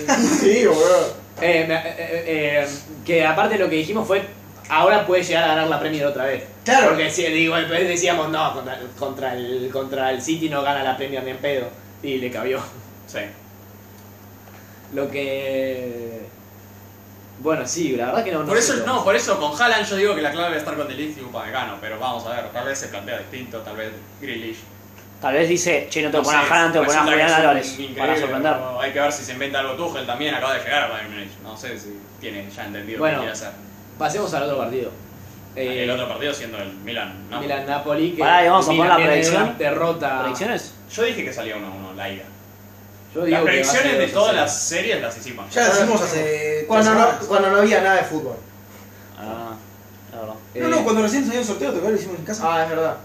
Speaker 4: fantasy.
Speaker 5: Sí, boludo.
Speaker 3: Eh, me- eh, eh, eh, que aparte lo que dijimos fue, ahora puede llegar a ganar la Premier otra vez.
Speaker 2: Claro.
Speaker 3: Porque si, digo, después decíamos, no, contra, contra el, contra el City no gana la Premier ni en pedo. Y le cabió.
Speaker 4: Sí.
Speaker 3: Lo que... Bueno, sí, la verdad que no...
Speaker 4: Por eso,
Speaker 3: sé.
Speaker 4: no, por eso con Haaland yo digo que la clave va a estar con Delic y Upamecano, pero vamos a ver, tal vez se plantea distinto, tal vez Grealish.
Speaker 6: Tal vez dice, che, no te voy a poner
Speaker 4: sé,
Speaker 6: a Haaland, te voy a poner a
Speaker 4: resulta que
Speaker 6: Julián
Speaker 4: es un
Speaker 6: Álvarez. Para
Speaker 4: increíble,
Speaker 6: sorprender.
Speaker 4: pero Hay que ver si se inventa algo Tuchel también, acaba de llegar a Bayern Munich. No sé si tiene ya entendido
Speaker 3: Bueno.
Speaker 4: qué quiere hacer.
Speaker 3: Pasemos al otro partido. Eh,
Speaker 4: Ah, el otro partido siendo el Milan, ¿no?
Speaker 3: Milan Napoli que
Speaker 6: Pará, y vamos a
Speaker 3: Milan
Speaker 6: poner la
Speaker 3: viene de una
Speaker 6: predicción.
Speaker 4: Ah.
Speaker 3: derrota.
Speaker 6: ¿Predicciones?
Speaker 4: Yo dije que salía 1-1 la ida.
Speaker 3: Yo digo
Speaker 4: Las
Speaker 3: que va a
Speaker 4: predicciones
Speaker 3: ser 2
Speaker 4: de
Speaker 3: a
Speaker 4: todas
Speaker 3: 0.
Speaker 4: las series las hicimos.
Speaker 2: Ya lo hicimos hace.
Speaker 5: Cuando
Speaker 2: tres
Speaker 5: no,
Speaker 2: semanas.
Speaker 5: cuando no había nada de fútbol.
Speaker 6: Ah, la verdad.
Speaker 2: No,
Speaker 3: Eh,
Speaker 2: no, cuando recién salió el sorteo, te acuerdas lo hicimos en casa.
Speaker 5: Ah, es verdad.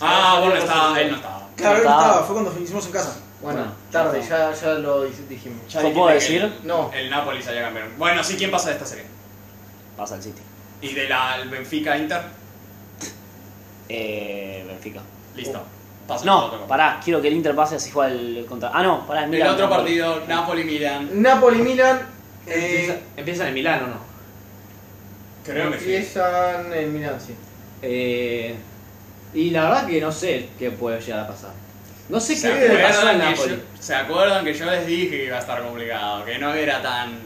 Speaker 4: Ah, bueno, estaba, él no estaba.
Speaker 2: claro, él no
Speaker 6: estaba.
Speaker 2: estaba, fue cuando lo hicimos en casa.
Speaker 5: Bueno,
Speaker 6: Bueno,
Speaker 5: tarde,
Speaker 6: no.
Speaker 5: ya, ya lo dij- dijimos.
Speaker 6: ¿Yo puedo
Speaker 4: dijiste que
Speaker 6: decir?
Speaker 5: No,
Speaker 4: El Napoli salía campeón. Bueno, sí, ¿quién pasa de esta serie?
Speaker 6: Pasa el City.
Speaker 4: ¿Y de la el Benfica Inter?
Speaker 6: Eh, Benfica.
Speaker 4: Listo. Pasa al
Speaker 6: No,
Speaker 4: otro.
Speaker 6: pará, quiero que el Inter pase así juega el contra. Ah, no, pará, el
Speaker 4: El
Speaker 6: Milan.
Speaker 4: otro
Speaker 6: Napoli.
Speaker 4: partido, Napoli-Milan.
Speaker 5: Napoli-Milan.
Speaker 3: empieza-
Speaker 5: Eh,
Speaker 3: empiezan en Milán o no.
Speaker 4: Creo que sí.
Speaker 5: empiezan en Milán, sí.
Speaker 3: Eh, y la verdad que no sé qué puede llegar a pasar. No sé
Speaker 4: ¿Se
Speaker 3: qué le pasó al
Speaker 4: acuerdan, que
Speaker 3: Napoli.
Speaker 4: yo, ¿Se acuerdan que yo les dije que iba a estar complicado? Que no era tan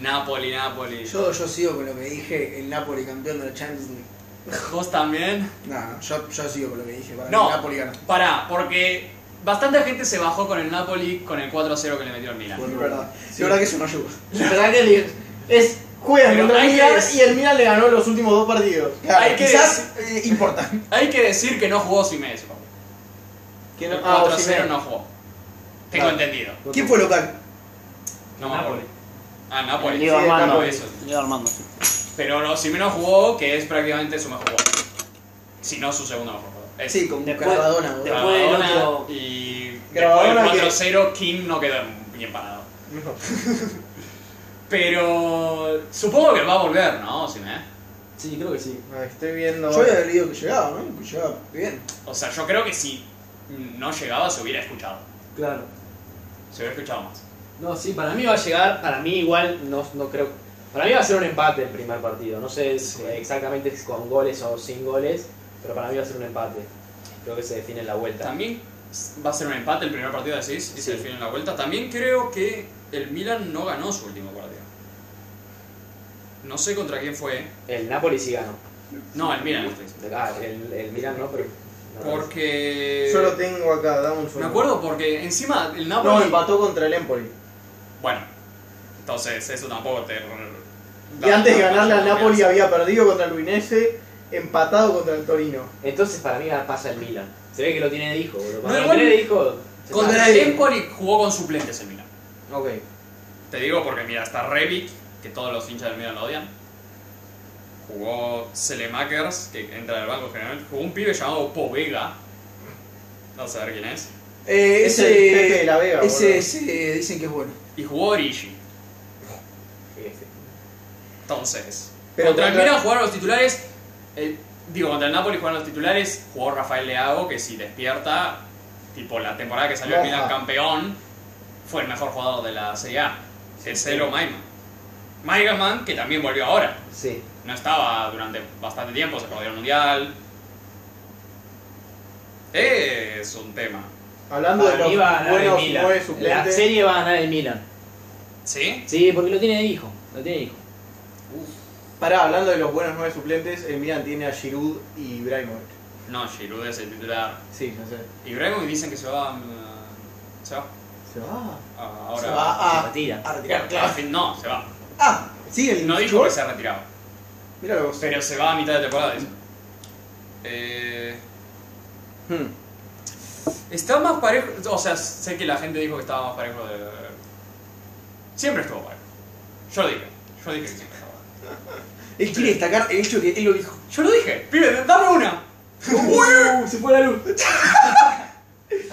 Speaker 4: Napoli, Napoli.
Speaker 2: Yo, yo sigo con lo que dije, el Napoli campeón de la Champions League.
Speaker 4: ¿Vos también?
Speaker 2: No, no, yo, yo sigo con lo que dije, para
Speaker 4: No.
Speaker 2: mí el Napoli gana.
Speaker 4: Pará, porque bastante gente se bajó con el Napoli con el 4-0 que le metió el Milan.
Speaker 2: Bueno, es verdad. De verdad que eso no ayuda.
Speaker 5: La verdad que el- es juegan
Speaker 4: Pero
Speaker 5: contra
Speaker 4: hay
Speaker 5: el
Speaker 4: que
Speaker 5: Milan
Speaker 4: decir-
Speaker 5: y el Milan le ganó los últimos dos partidos.
Speaker 2: Claro,
Speaker 4: Hay que-
Speaker 2: quizás eh, importa.
Speaker 4: Hay que decir que no jugó Simeso.
Speaker 5: Que
Speaker 4: El
Speaker 5: no- ah,
Speaker 4: 4-0
Speaker 5: Osimhen.
Speaker 4: no jugó. Tengo
Speaker 3: Claro.
Speaker 4: entendido.
Speaker 2: ¿Quién fue local?
Speaker 4: No me acuerdo.
Speaker 3: Napoli.
Speaker 4: Ah, Napoli.
Speaker 6: Diego
Speaker 5: Sí,
Speaker 6: Armando.
Speaker 5: Napoli,
Speaker 4: eso.
Speaker 6: Diego Armando. sí.
Speaker 4: Pero no, Simeone no jugó, que es prácticamente su mejor jugador. Si no su segundo mejor jugador. Es
Speaker 2: Sí, con
Speaker 6: Después-
Speaker 2: Carbadona, boludo.
Speaker 6: después del
Speaker 4: Grabadona
Speaker 6: otro-
Speaker 4: Y
Speaker 5: Grabadona que-
Speaker 4: después del 4-0, Kim no quedó bien parado.
Speaker 5: No.
Speaker 4: Pero supongo que va a volver, ¿no? Simeone?
Speaker 3: Sí, creo que sí.
Speaker 5: Ah, Estoy viendo.
Speaker 2: Yo había leído que llegaba, ¿no? Que llegaba bien.
Speaker 4: O sea, yo creo que si no llegaba se hubiera escuchado.
Speaker 3: Claro.
Speaker 4: Se hubiera escuchado más.
Speaker 3: No, sí, para mí va a llegar, para mí igual no, no creo. Para mí va a ser un empate el primer partido. No sé si exactamente si con goles o sin goles, pero para mí va a ser un empate. Creo que se define en la vuelta.
Speaker 4: También va a ser un empate el primer partido, decís, y
Speaker 3: Sí.
Speaker 4: se define en la vuelta. También creo que el Milan no ganó su último partido. No sé contra quién fue.
Speaker 3: El Napoli sí ganó.
Speaker 4: No, el Milan. estoy diciendo.
Speaker 3: Ah, el, el Milan no, pero. no parece.
Speaker 4: Porque...
Speaker 5: Yo lo tengo acá, dame un segundo.
Speaker 4: Me acuerdo porque encima el
Speaker 5: No,
Speaker 4: Napoli...
Speaker 5: empató contra el Empoli.
Speaker 4: bueno, entonces eso tampoco te...
Speaker 5: Y antes de ganarle al Napoli había perdido contra el Udinese, empatado contra el Torino.
Speaker 3: Entonces para mí pasa el Milan. Se ve que lo tiene de hijo, boludo. Cuando
Speaker 4: No,
Speaker 3: lo
Speaker 4: igual-
Speaker 3: tiene de hijo. se sabe.
Speaker 4: Contra el Empoli jugó con suplentes el Milan.
Speaker 5: Ok.
Speaker 4: Te digo porque mira, está Rebic, que todos los hinchas del Milan lo odian. Jugó Selemakers, que entra del banco generalmente. Jugó un pibe llamado Povega. No sé a ver quién es.
Speaker 2: Eh,
Speaker 5: Es el Pepe de
Speaker 2: ese,
Speaker 5: la Vega,
Speaker 2: ese,
Speaker 5: boludo.
Speaker 2: ese dicen que es bueno.
Speaker 4: Y jugó Origi.
Speaker 3: Fíjese.
Speaker 4: Entonces,
Speaker 5: Pero
Speaker 4: contra,
Speaker 5: contra-
Speaker 4: el Milan jugaron los titulares. el- digo, contra el Napoli jugaron los titulares. Jugó Rafael Leao, que si despierta, tipo la temporada que salió el
Speaker 5: Rafa.
Speaker 4: Milan campeón, fue el mejor jugador de la Serie A. el Celo Maiman. Maiman, que también volvió ahora.
Speaker 3: Sí.
Speaker 4: no estaba durante bastante tiempo, se perdió el mundial. Es un tema.
Speaker 5: Hablando de
Speaker 3: Para mí
Speaker 5: los
Speaker 3: va a ganar el
Speaker 5: buenos nueve
Speaker 3: Milan. La
Speaker 5: suplentes.
Speaker 3: serie va a ganar el Milan.
Speaker 4: ¿Sí?
Speaker 3: Sí, porque lo tiene de hijo. Lo tiene de hijo.
Speaker 5: Pará, hablando de los buenos nueve suplentes, el Milan tiene a Giroud y Ibrahimovic.
Speaker 4: No, Giroud es el titular.
Speaker 5: Sí, ya sé.
Speaker 4: Y Bremo dicen que se va. mm, Se va.
Speaker 5: Se va.
Speaker 4: Ah, Ahora.
Speaker 2: Se va
Speaker 3: Se
Speaker 2: a,
Speaker 3: retira.
Speaker 2: a retirar, claro.
Speaker 4: No, se va.
Speaker 2: Ah, sí, el
Speaker 4: No dijo que se ha retirado.
Speaker 5: Mira vos.
Speaker 4: Pero se va a mitad de temporada, dice. Eh, hmm.
Speaker 5: Hmm.
Speaker 4: está más parejo. O sea, sé que la gente dijo que estaba más parejo de. Siempre estuvo parejo. Yo dije. Yo dije que siempre estaba parejo.
Speaker 2: Él quiere destacar el hecho que él lo dijo.
Speaker 4: Yo lo dije. Pibe, dame una.
Speaker 7: se fue la luz.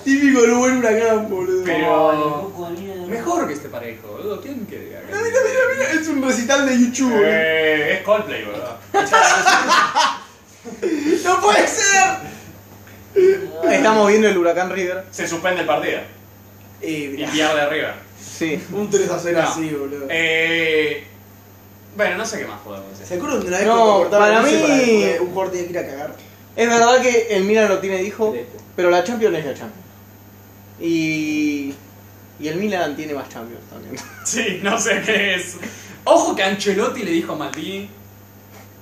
Speaker 2: Típico del buen huracán, boludo.
Speaker 4: Pero-
Speaker 7: Oh, el poco de mierda.
Speaker 4: Mejor que esté parejo, boludo. ¿Quién que diga?
Speaker 2: Mira, mira, mira, mira, es un recital de YouTube, boludo.
Speaker 4: Eh, es Coldplay, boludo.
Speaker 2: ¡No puede ser!
Speaker 5: Estamos viendo el Huracán River.
Speaker 4: Se suspende el partido.
Speaker 2: Eh,
Speaker 4: Y
Speaker 2: mirá,
Speaker 4: pierde arriba.
Speaker 5: Sí.
Speaker 2: un 3 a 0
Speaker 4: No.
Speaker 2: así, boludo.
Speaker 4: Eh, bueno, no sé qué más podemos
Speaker 2: ¿Se
Speaker 4: decir.
Speaker 2: acuerdan de una vez
Speaker 5: No,
Speaker 2: cuando cortaron
Speaker 5: para
Speaker 2: la luz
Speaker 5: mí-
Speaker 2: para- un jugador tenía que ir a cagar?
Speaker 5: Es verdad que el Milan lo tiene de hijo,
Speaker 3: Directo.
Speaker 5: pero la Champions es la Champions. Y. Y el Milan tiene más Champions también.
Speaker 4: Sí, no sé qué es. Ojo que Ancelotti le dijo a Maldini: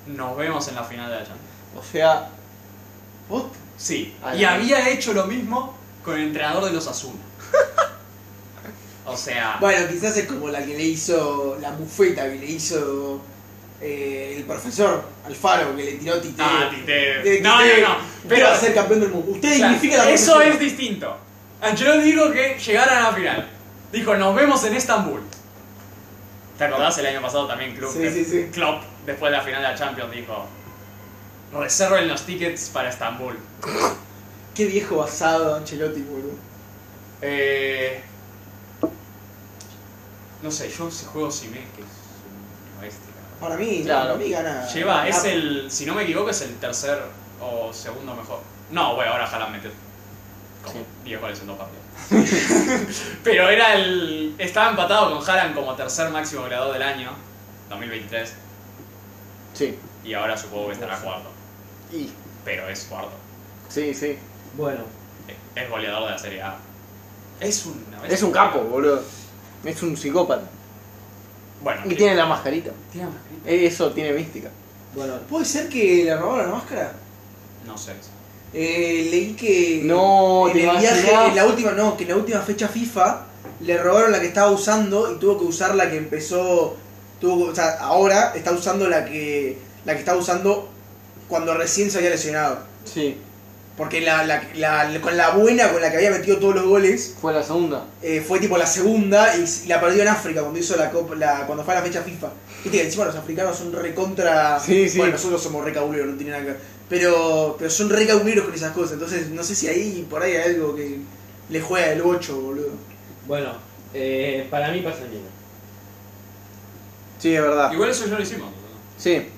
Speaker 4: Nos vemos en la final de la Champions.
Speaker 5: O sea,
Speaker 2: ¿Vos?
Speaker 4: Sí.
Speaker 5: Ah,
Speaker 4: Y
Speaker 5: no.
Speaker 4: había hecho lo mismo con el entrenador de los Asuna. O sea,
Speaker 2: Bueno, quizás es como la que le hizo la bufeta que le hizo eh, el profesor Alfaro, que le tiró tite.
Speaker 4: ah,
Speaker 2: De
Speaker 4: Tite. No, no, no.
Speaker 2: Pero
Speaker 4: Pero
Speaker 2: va a ser campeón del mundo. Usted
Speaker 4: O sea,
Speaker 2: dignifica la
Speaker 4: eso
Speaker 2: profesión.
Speaker 4: es distinto. Ancelotti dijo que llegaran a la final. Dijo, nos vemos en Estambul. ¿Te acordás el año pasado también Klopp?
Speaker 2: Sí, sí, sí.
Speaker 4: Klopp, después de la final de la Champions, dijo, reserven los tickets para Estambul.
Speaker 2: Qué viejo basado Ancelotti, boludo.
Speaker 4: Eh, no sé, yo ese juego sí me... que es una bestia.
Speaker 2: Para mí,
Speaker 5: Claro.
Speaker 2: para mí gana.
Speaker 4: Lleva, es
Speaker 2: gana-
Speaker 4: el, si no me equivoco, es el tercer o segundo mejor. No, bueno, ahora Haaland metió como 10 goles en dos partidos. Pero era el. Estaba empatado con Haaland como tercer máximo goleador del año, 2023,
Speaker 5: sí.
Speaker 4: y ahora supongo que estará cuarto.
Speaker 5: Y.
Speaker 4: Pero es cuarto.
Speaker 5: Sí, sí.
Speaker 7: Bueno,
Speaker 4: Es goleador de la Serie A. Es una bestia.
Speaker 5: Es un capo, boludo. Es un psicópata.
Speaker 4: Bueno,
Speaker 5: Y tiene la mascarita.
Speaker 4: tiene una mascarita.
Speaker 5: Eso tiene mística.
Speaker 7: bueno.
Speaker 2: ¿Puede ser que le robaron la máscara?
Speaker 4: No sé.
Speaker 2: Eh, leí que.
Speaker 5: No,
Speaker 2: en
Speaker 5: te
Speaker 2: el viaje,
Speaker 5: imaginás.
Speaker 2: en la última, no, que en la última fecha FIFA le robaron la que estaba usando y tuvo que usar la que empezó. Tuvo, o sea, ahora está usando la que. la que estaba usando cuando recién se había lesionado.
Speaker 5: Sí.
Speaker 2: Porque la, la- la- con la buena con la que había metido todos los goles,
Speaker 5: Fue la segunda.
Speaker 2: eh, fue tipo la segunda y, s- y la perdió en África cuando hizo la copa, la- cuando fue a la fecha FIFA. Viste que encima los africanos son recontra.
Speaker 5: Sí, sí.
Speaker 2: Bueno, nosotros somos recabuleros, no tiene nada que ver. Pero, pero son recabuleros con esas cosas. Entonces, no sé si ahí por ahí hay algo que le juega el 8, boludo.
Speaker 3: Bueno, eh, para mí pasa el Milan.
Speaker 5: Sí, es verdad.
Speaker 4: Igual eso ya lo hicimos.
Speaker 5: Sí.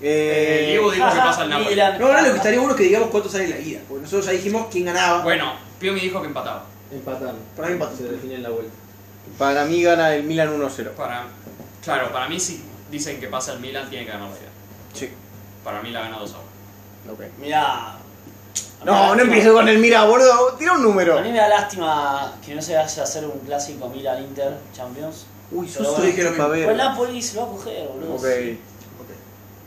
Speaker 4: Eh,
Speaker 5: Eh,
Speaker 4: Diego dijo que pasa el Napoli.
Speaker 6: Ah,
Speaker 7: Milan.
Speaker 2: No, ahora lo que estaría bueno es que digamos cuánto sale la ida. Porque nosotros ya dijimos quién ganaba.
Speaker 4: Bueno, Pío me dijo que empataba.
Speaker 7: Empataron.
Speaker 2: Para mí empató.
Speaker 7: Se define en la vuelta.
Speaker 5: para mí gana el Milan 1-0.
Speaker 4: Para. Claro, para mí si dicen que pasa el Milan, tiene que ganar la ida.
Speaker 5: Sí.
Speaker 4: Para mí la gana 2 a 1.
Speaker 6: Mirá.
Speaker 5: No, no empieces con el mira, boludo. Tira un número.
Speaker 6: A mí me da lástima que no se vaya a hacer un clásico Milan Inter Champions.
Speaker 5: Uy,
Speaker 6: Pero
Speaker 5: sos
Speaker 6: bueno,
Speaker 5: dije lo
Speaker 6: Pues el Napoli se lo va a coger, boludo.
Speaker 5: Ok.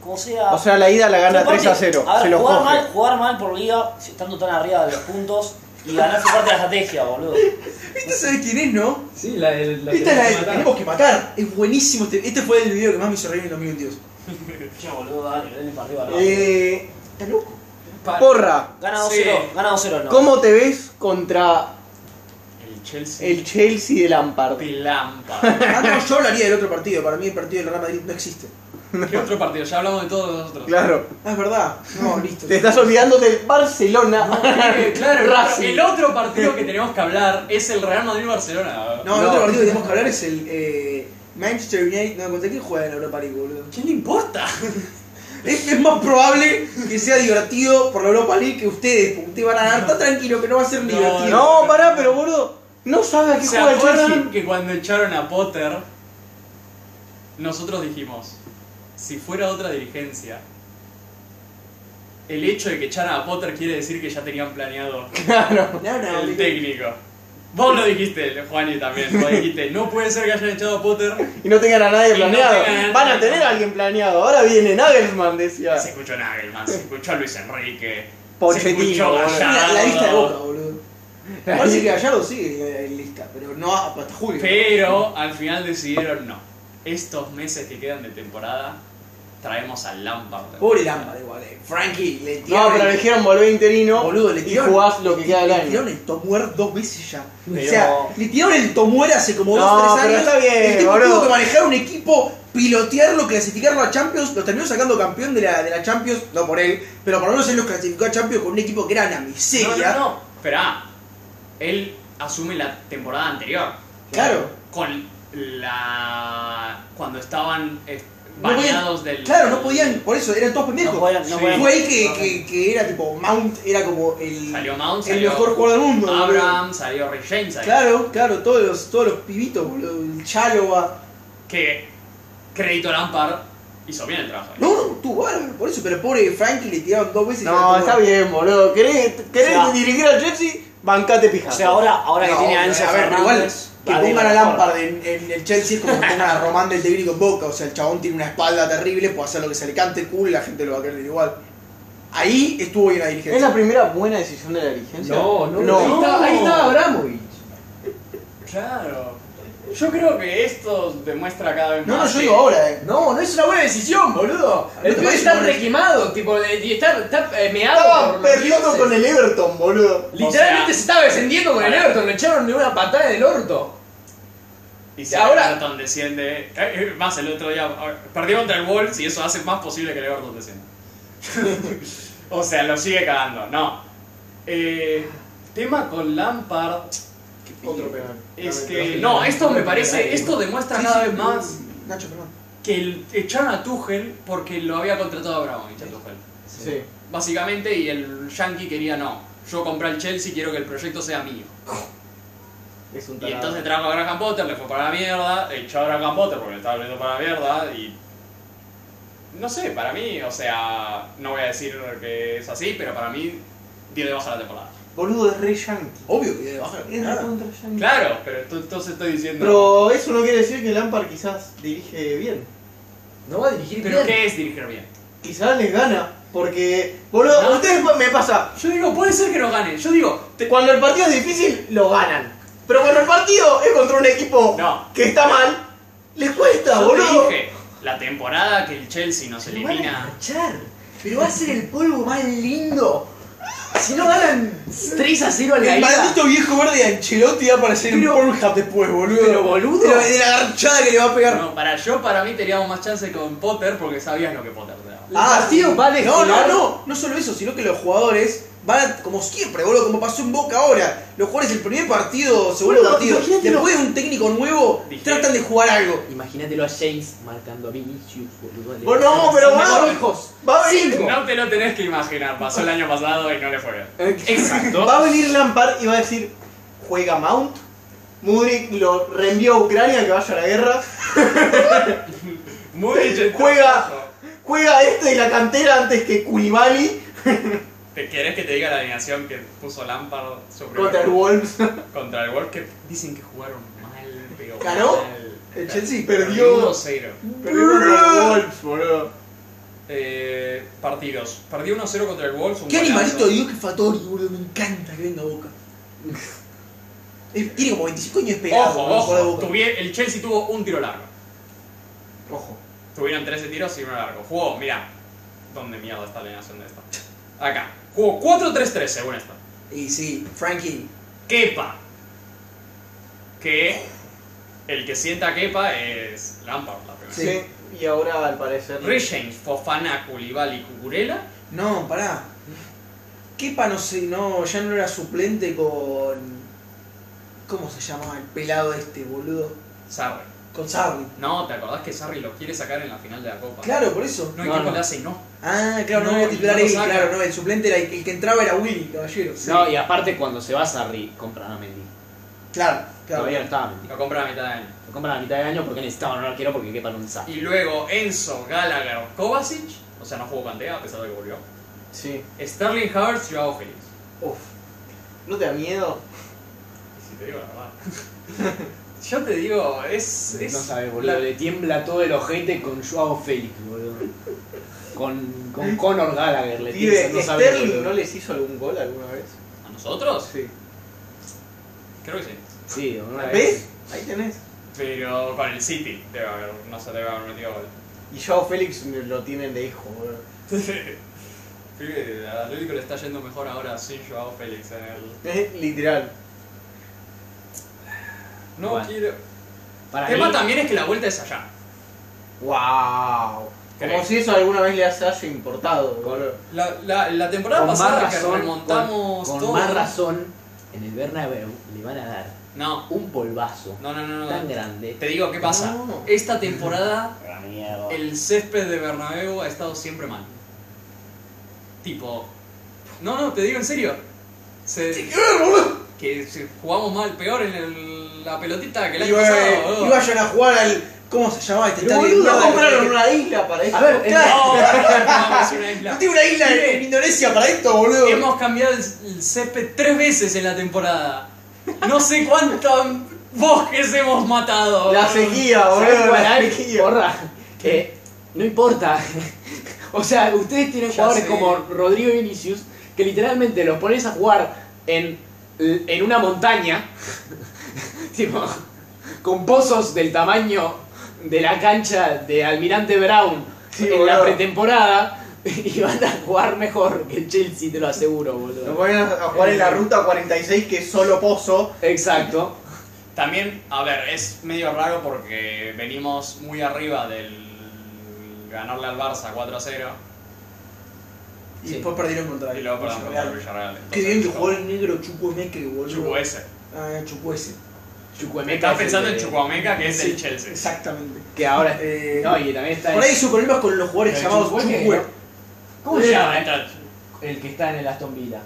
Speaker 6: Como sea.
Speaker 5: O sea, la ida la gana
Speaker 6: Aparte,
Speaker 5: 3 a 0.
Speaker 6: a ver,
Speaker 5: Se lo
Speaker 6: jugar,
Speaker 5: coge.
Speaker 6: mal, jugar mal por liga, estando tan arriba de los puntos y ganar su parte de la estrategia, boludo.
Speaker 2: ¿Viste sabes quién es, no?
Speaker 3: Sí, la del. La
Speaker 2: Esta es
Speaker 3: que
Speaker 2: la
Speaker 3: nos
Speaker 2: de
Speaker 3: mataron.
Speaker 2: tenemos que matar. Es buenísimo. Este, este fue el video que más me hizo reír en el 2022.
Speaker 6: Che, boludo, dale, dale para arriba, no.
Speaker 5: Eh,
Speaker 2: ¿Estás loco?
Speaker 5: porra,
Speaker 6: Gana 2-0,
Speaker 4: sí.
Speaker 6: gana 2-0, no.
Speaker 5: ¿cómo te ves contra
Speaker 4: El Chelsea.
Speaker 5: el Chelsea de Lampard?
Speaker 4: de Lampard.
Speaker 2: Ah, no, yo hablaría del otro partido. Para mí el partido del Real Madrid no existe.
Speaker 4: ¿Qué otro partido? Ya hablamos de todos los otros.
Speaker 5: Claro,
Speaker 2: Ah, es verdad. No, listo.
Speaker 5: te estás olvidando del Barcelona.
Speaker 4: Eh, claro,
Speaker 5: Racing.
Speaker 4: el otro partido que tenemos que hablar es el Real Madrid-Barcelona.
Speaker 2: No, el
Speaker 5: No.
Speaker 2: otro partido que tenemos que hablar es el eh, Manchester United. No, ¿contra quién juega en Europa League, boludo?
Speaker 4: ¿Quién le importa?
Speaker 2: Es, es más probable que sea divertido por la Europa League que ustedes, porque ustedes van a ganar. Está tranquilo que no va a ser
Speaker 4: No,
Speaker 2: divertido.
Speaker 5: No, pará, pero boludo, no sabe a qué
Speaker 4: ¿Se
Speaker 5: juega el
Speaker 4: acuerdan
Speaker 5: Chelsea.
Speaker 4: que cuando echaron a Potter, nosotros dijimos, si fuera otra dirigencia, el hecho de que echaran a Potter quiere decir que ya tenían planeado
Speaker 2: No, no,
Speaker 4: el
Speaker 2: no.
Speaker 4: técnico. Vos lo dijiste, Juani también, vos dijiste, no puede ser que hayan echado a Potter.
Speaker 5: Y no tengan a nadie
Speaker 4: Y no
Speaker 5: planeado.
Speaker 4: tengan a
Speaker 5: Van a
Speaker 4: nadie.
Speaker 5: tener a alguien planeado. Ahora viene Nagelsmann, decía.
Speaker 4: Se escuchó Nagelman, se escuchó a Luis Enrique, se
Speaker 5: Pochettino.
Speaker 4: escuchó
Speaker 5: boludo.
Speaker 2: La,
Speaker 4: Gallardo.
Speaker 2: la lista de boca, boludo. Parece que Gallardo sigue en lista, pero no hasta julio.
Speaker 4: Pero al final decidieron no. Estos meses que quedan de temporada traemos al Lampard.
Speaker 2: Pobre Lampard igual, eh. Frankie, le
Speaker 5: No,
Speaker 2: tiraron
Speaker 5: pero
Speaker 2: el-
Speaker 5: le dijeron volver interino
Speaker 2: Boludo, le
Speaker 5: y
Speaker 2: tiraron.
Speaker 5: jugás lo que queda del
Speaker 2: le
Speaker 5: año.
Speaker 2: tiraron el Tomuer dos veces ya.
Speaker 6: Pero-
Speaker 2: O sea, le tiraron el Tomuer hace como dos
Speaker 5: No,
Speaker 2: o tres
Speaker 5: pero
Speaker 2: años.
Speaker 5: está bien,
Speaker 2: el tipo
Speaker 5: boludo.
Speaker 2: tuvo que manejar un equipo, pilotearlo, clasificarlo a Champions, lo terminó sacando campeón de la, de la Champions, no por él, pero por lo menos él lo clasificó a Champions con un equipo que era una
Speaker 4: no,
Speaker 2: miseria.
Speaker 4: no, no. Esperá. ah, Él asume la temporada anterior.
Speaker 2: Claro.
Speaker 4: Con la. Cuando estaban eh,
Speaker 2: No podían-
Speaker 4: bañados del.
Speaker 2: Claro, no podían, por eso eran todos pendejos.
Speaker 6: No podían- no
Speaker 4: Sí.
Speaker 6: podían-
Speaker 2: Fue ahí que, que- que era tipo Mount, era como el,
Speaker 4: Salió Mount,
Speaker 2: el
Speaker 4: salió.
Speaker 2: mejor jugador del mundo. boludo.
Speaker 4: Abraham, salió Ray James. salió-
Speaker 2: Claro, claro, todos los, todos los pibitos, boludo, el Chaloba.
Speaker 4: Que crédito a Lampard hizo bien el trabajo.
Speaker 2: No, no, tú bárbaro, por eso, pero pobre Frankie le tiraron dos veces. y
Speaker 5: No,
Speaker 2: ya
Speaker 5: está
Speaker 2: tuvo-
Speaker 5: bien, boludo. ¿Querés, querés
Speaker 6: O sea-
Speaker 5: dirigir al Chelsea? Bancate pija.
Speaker 6: O sea, ahora, ahora que
Speaker 2: No,
Speaker 6: tiene a Enzo
Speaker 2: a ver,
Speaker 6: Fernández,
Speaker 2: igual que
Speaker 6: dale,
Speaker 2: pongan a
Speaker 6: mejor.
Speaker 2: Lampard en, en el Chelsea es como que pongan a Román del técnico en Boca, o sea, el chabón tiene una espalda terrible, puede hacer lo que se le cante el culo y la gente lo va a querer igual. Ahí estuvo bien la dirigencia.
Speaker 5: ¿Es la primera buena decisión de la dirigencia?
Speaker 3: No, no,
Speaker 5: No.
Speaker 3: Ahí estaba, ahí estaba Abramovich.
Speaker 4: Claro. Yo creo que esto demuestra cada vez
Speaker 2: No,
Speaker 5: Ah,
Speaker 2: no,
Speaker 4: más.
Speaker 2: yo
Speaker 4: que-
Speaker 2: digo ahora, eh.
Speaker 3: No, no es una buena decisión, boludo.
Speaker 2: No
Speaker 3: El
Speaker 2: te
Speaker 3: pibe
Speaker 2: parece
Speaker 3: está
Speaker 2: buena
Speaker 3: requemado, tipo, de- y está, está eh, meado. por
Speaker 5: Estaba
Speaker 3: los
Speaker 5: perdiendo
Speaker 3: dioses.
Speaker 5: con el Everton, boludo.
Speaker 4: O
Speaker 3: Literalmente
Speaker 4: sea-
Speaker 3: se estaba descendiendo con el
Speaker 4: Pará.
Speaker 3: Everton, lo echaron de una patada en el orto.
Speaker 4: Y si
Speaker 3: Ahora-
Speaker 4: el Everton desciende. eh, eh, Más el otro día. ah, Perdió contra el Wolves y eso hace más posible que el Everton descienda. o sea, lo sigue cagando. No. Eh, tema con Lampard.
Speaker 5: Otro penal.
Speaker 4: Es
Speaker 5: Dame,
Speaker 4: que.
Speaker 5: pero-
Speaker 4: No, esto me parece. Esto demuestra
Speaker 2: Sí,
Speaker 4: cada
Speaker 2: sí,
Speaker 4: vez más
Speaker 2: Nacho, perdón.
Speaker 4: que el- echaron a Tuchel porque lo había contratado a Abramovich a Tuchel.
Speaker 5: Sí.
Speaker 4: Básicamente, y el Yankee quería no. Yo compré el Chelsea y quiero que el proyecto sea mío.
Speaker 5: Es un
Speaker 4: Y
Speaker 5: tarado.
Speaker 4: entonces trajo a Graham Potter, le fue para la mierda, echó a Graham Potter porque le estaba volviendo para la mierda y... No sé, para mí, o sea, no voy a decir que es así, pero para mí dio de baja la temporada.
Speaker 5: Boludo, es re yankee.
Speaker 2: Obvio que debe bajar.
Speaker 5: Es
Speaker 2: Nada.
Speaker 5: recontra yankee.
Speaker 4: Claro, pero tú- entonces estoy diciendo...
Speaker 5: Pero eso no quiere decir que Lampard quizás dirige bien.
Speaker 3: No va a dirigir
Speaker 4: ¿Pero
Speaker 3: bien.
Speaker 4: qué es dirigir bien?
Speaker 5: Quizás les gana. Porque, boludo,
Speaker 4: No.
Speaker 5: ustedes pa- me pasa.
Speaker 4: Yo digo, puede ser que no gane, yo digo... te-
Speaker 5: Cuando el partido es difícil, lo ganan. Pero cuando el partido es contra un equipo
Speaker 4: No.
Speaker 5: que está mal, les cuesta,
Speaker 4: Yo te
Speaker 5: boludo.
Speaker 4: dije, la temporada que el Chelsea nos elimina...
Speaker 3: Char, pero va a ser el polvo más lindo. Si no ganan 3 a 0 al
Speaker 2: El maldito viejo verde de Ancelotti va a aparecer
Speaker 3: Pero-
Speaker 2: en Pornhub después, boludo. eh,
Speaker 3: pero, boludo.
Speaker 2: De la, de la garchada que le va a pegar.
Speaker 4: No, para yo, para mí teníamos más chance con Potter porque sabías lo que Potter te daba.
Speaker 2: Ah,
Speaker 3: partido
Speaker 2: sí.
Speaker 3: va a
Speaker 2: No, no,
Speaker 3: descolar.
Speaker 2: no. No solo eso, sino que los jugadores van, a- como siempre, boludo, como pasó en Boca ahora. Los jugadores, el primer partido, segundo
Speaker 3: Boludo,
Speaker 2: partido,
Speaker 3: imagínate
Speaker 2: después de un técnico nuevo,
Speaker 4: Dije-
Speaker 2: tratan de jugar algo.
Speaker 3: Imagínatelo a James marcando a Vinicius, boludo. Le-
Speaker 5: Bueno, no, pero
Speaker 3: Mejor,
Speaker 5: boludo,
Speaker 3: hijos.
Speaker 5: va a venir.
Speaker 4: No te lo tenés que imaginar, pasó el año
Speaker 2: Eh,
Speaker 4: pasado y no le fue bien.
Speaker 3: Exacto.
Speaker 5: Va a venir Lampard y va a decir, juega Mount, Mudrik lo reenvió a Ucrania que vaya a la guerra.
Speaker 4: Muy bien,
Speaker 5: Juega. Juega este de la cantera antes que Koulibaly
Speaker 4: ¿Te querés que te diga la alineación que puso Lampard sobre
Speaker 5: contra el Wolves.
Speaker 4: contra el Wolves? Que dicen que jugaron mal, pero
Speaker 2: ¿Ganó?
Speaker 4: mal.
Speaker 2: El Chelsea perdió.
Speaker 4: 1-0.
Speaker 5: Perdió contra el Wolves, boludo.
Speaker 4: Eh, partidos. Perdió 1-0 contra el Wolves. un
Speaker 2: Qué
Speaker 4: golazo.
Speaker 2: animalito de Duque Fatori, boludo. Me encanta que venga a Boca. Es- tiene como 25 años esperado.
Speaker 4: Ojo, ojo. tuvi- el Chelsea tuvo un tiro largo.
Speaker 2: ojo.
Speaker 4: Tuvieron 13 tiros y uno largo. Jugó, mirá. ¿Dónde mierda está la alineación de esta? Acá. Jugó 4-3-3 según esta.
Speaker 2: Y sí, Frankie.
Speaker 4: Kepa. Que el que sienta a Kepa es Lampard, la primera.
Speaker 2: Sí.
Speaker 5: Sí. Y ahora al parecer.
Speaker 4: Rechains, Fofana, Koulibaly, Cucurella.
Speaker 2: No, pará. Kepa no sé, no, ya no era suplente con. ¿Cómo se llamaba el pelado este, boludo?
Speaker 4: Sarri.
Speaker 2: Con Sarri.
Speaker 4: No, ¿te acordás que Sarri lo quiere sacar en la final de la Copa?
Speaker 2: Claro, por eso.
Speaker 4: No hay
Speaker 3: No,
Speaker 4: quien
Speaker 3: no.
Speaker 4: le hace no.
Speaker 2: Ah, claro, no,
Speaker 4: No,
Speaker 2: era titular
Speaker 4: no lo
Speaker 2: él,
Speaker 4: saca.
Speaker 2: claro, no, el suplente era el, el que entraba era Willy, caballero.
Speaker 3: No, y aparte cuando se va Sarri, compran a Mendy.
Speaker 2: Claro, claro.
Speaker 3: Todavía no estaba Mendy.
Speaker 4: Lo compra a mitad de año.
Speaker 3: Lo compran a mitad de año porque necesitaban un arquero porque quepan un saco.
Speaker 4: Y luego Enzo, Gallagher, Kovacic. O sea, no jugó Cantea a pesar de que volvió.
Speaker 5: Sí.
Speaker 4: Sterling Havertz, Joao Félix.
Speaker 5: Uf. ¿No te da miedo?
Speaker 4: Si te digo la verdad. Yo te digo, es.
Speaker 3: No
Speaker 4: es
Speaker 3: sabes, boludo. Le tiembla todo el ojete con Joao Félix, boludo. Con, con Conor Gallagher le
Speaker 5: Pibe,
Speaker 3: tiembla. No sabes,
Speaker 5: ¿Sterling
Speaker 3: boludo.
Speaker 5: no les hizo algún gol alguna vez?
Speaker 4: ¿A nosotros?
Speaker 5: Sí.
Speaker 4: Creo que sí.
Speaker 3: Sí, una
Speaker 5: ¿Ves?
Speaker 3: vez.
Speaker 5: Ahí tenés.
Speaker 4: Pero con el City, debe haber, no se debe haber metido gol.
Speaker 5: Y Joao Félix lo tienen de hijo, boludo.
Speaker 4: Pibe, al Atlético le está yendo mejor ahora sin Joao Félix en el.
Speaker 5: Es literal.
Speaker 4: No
Speaker 3: Bueno.
Speaker 4: quiero.
Speaker 3: Para
Speaker 4: El tema
Speaker 3: mí,
Speaker 4: también es que la vuelta es allá.
Speaker 5: ¡Wow! Como
Speaker 4: Creo.
Speaker 5: si eso alguna vez le haya importado, boludo.
Speaker 4: La, la, la temporada
Speaker 3: con más
Speaker 4: pasada que
Speaker 3: razón,
Speaker 4: remontamos
Speaker 3: con,
Speaker 4: todo.
Speaker 3: con más razón, en el Bernabéu le van a dar
Speaker 4: No,
Speaker 3: un polvazo
Speaker 4: no, no, no.
Speaker 3: tan
Speaker 4: no.
Speaker 3: grande.
Speaker 4: Te digo qué pasa.
Speaker 5: No.
Speaker 4: Esta temporada
Speaker 3: La mierda.
Speaker 4: el césped de Bernabéu ha estado siempre mal. Tipo. No, no, te digo en serio. Se- que se- jugamos mal, peor en el- la pelotita que el año
Speaker 2: Iba-
Speaker 4: pasado, boludo.
Speaker 2: y vayan a jugar al. ¿Cómo se llamaba este
Speaker 5: Pero,
Speaker 2: tal de
Speaker 5: boludo,
Speaker 2: mierda?
Speaker 5: compraron una isla para eso.
Speaker 3: A ver,
Speaker 2: Claro.
Speaker 4: No, no, es una isla.
Speaker 2: No tiene una isla en, en Indonesia para esto, boludo.
Speaker 4: Hemos cambiado el, el césped tres veces en la temporada. No sé cuántos bosques hemos matado.
Speaker 5: la sequía,
Speaker 3: ¿Sabes
Speaker 5: boludo.
Speaker 3: cuál
Speaker 5: La
Speaker 3: hay?
Speaker 5: sequía.
Speaker 3: Porra, que Eh, no importa. o sea, ustedes tienen
Speaker 4: Ya
Speaker 3: jugadores
Speaker 4: sé.
Speaker 3: como Rodrigo y Vinicius que literalmente los pones a jugar en, en una montaña, tipo, con pozos del tamaño de la cancha de Almirante Brown
Speaker 5: Sí,
Speaker 3: en la
Speaker 5: boludo.
Speaker 3: pretemporada. Y van a jugar mejor que el Chelsea, te lo aseguro,
Speaker 5: Lo
Speaker 3: boludo.
Speaker 5: ponen a a jugar en la ruta 46 que es solo pozo.
Speaker 3: Exacto.
Speaker 4: También, a ver, es medio raro porque venimos muy arriba del ganarle al Barça 4 a 0
Speaker 2: Y después perdieron contra
Speaker 4: y
Speaker 2: el
Speaker 4: luego perdamos contra el
Speaker 2: Villarreal.
Speaker 4: Villarreal.
Speaker 2: Qué
Speaker 4: Entonces,
Speaker 2: bien que
Speaker 4: yo-
Speaker 2: jugó el negro Chukwemeke, boludo.
Speaker 4: Chupo ese.
Speaker 2: Ah, Chukwese.
Speaker 3: Chukwuemeka
Speaker 4: Me estás
Speaker 3: es el
Speaker 4: pensando en
Speaker 3: que-
Speaker 4: Chupameca, que es el Chelsea.
Speaker 2: Exactamente.
Speaker 3: Que ahora.
Speaker 2: Eh,
Speaker 3: No, y también está.
Speaker 2: Por ahí hizo problemas con los jugadores
Speaker 3: el
Speaker 2: llamados
Speaker 3: Chukwuemeka,
Speaker 2: Chukwe.
Speaker 3: ¿no? ¿Cómo se
Speaker 4: Ya,
Speaker 3: llama?
Speaker 4: entra-
Speaker 3: El que está en el Aston Villa.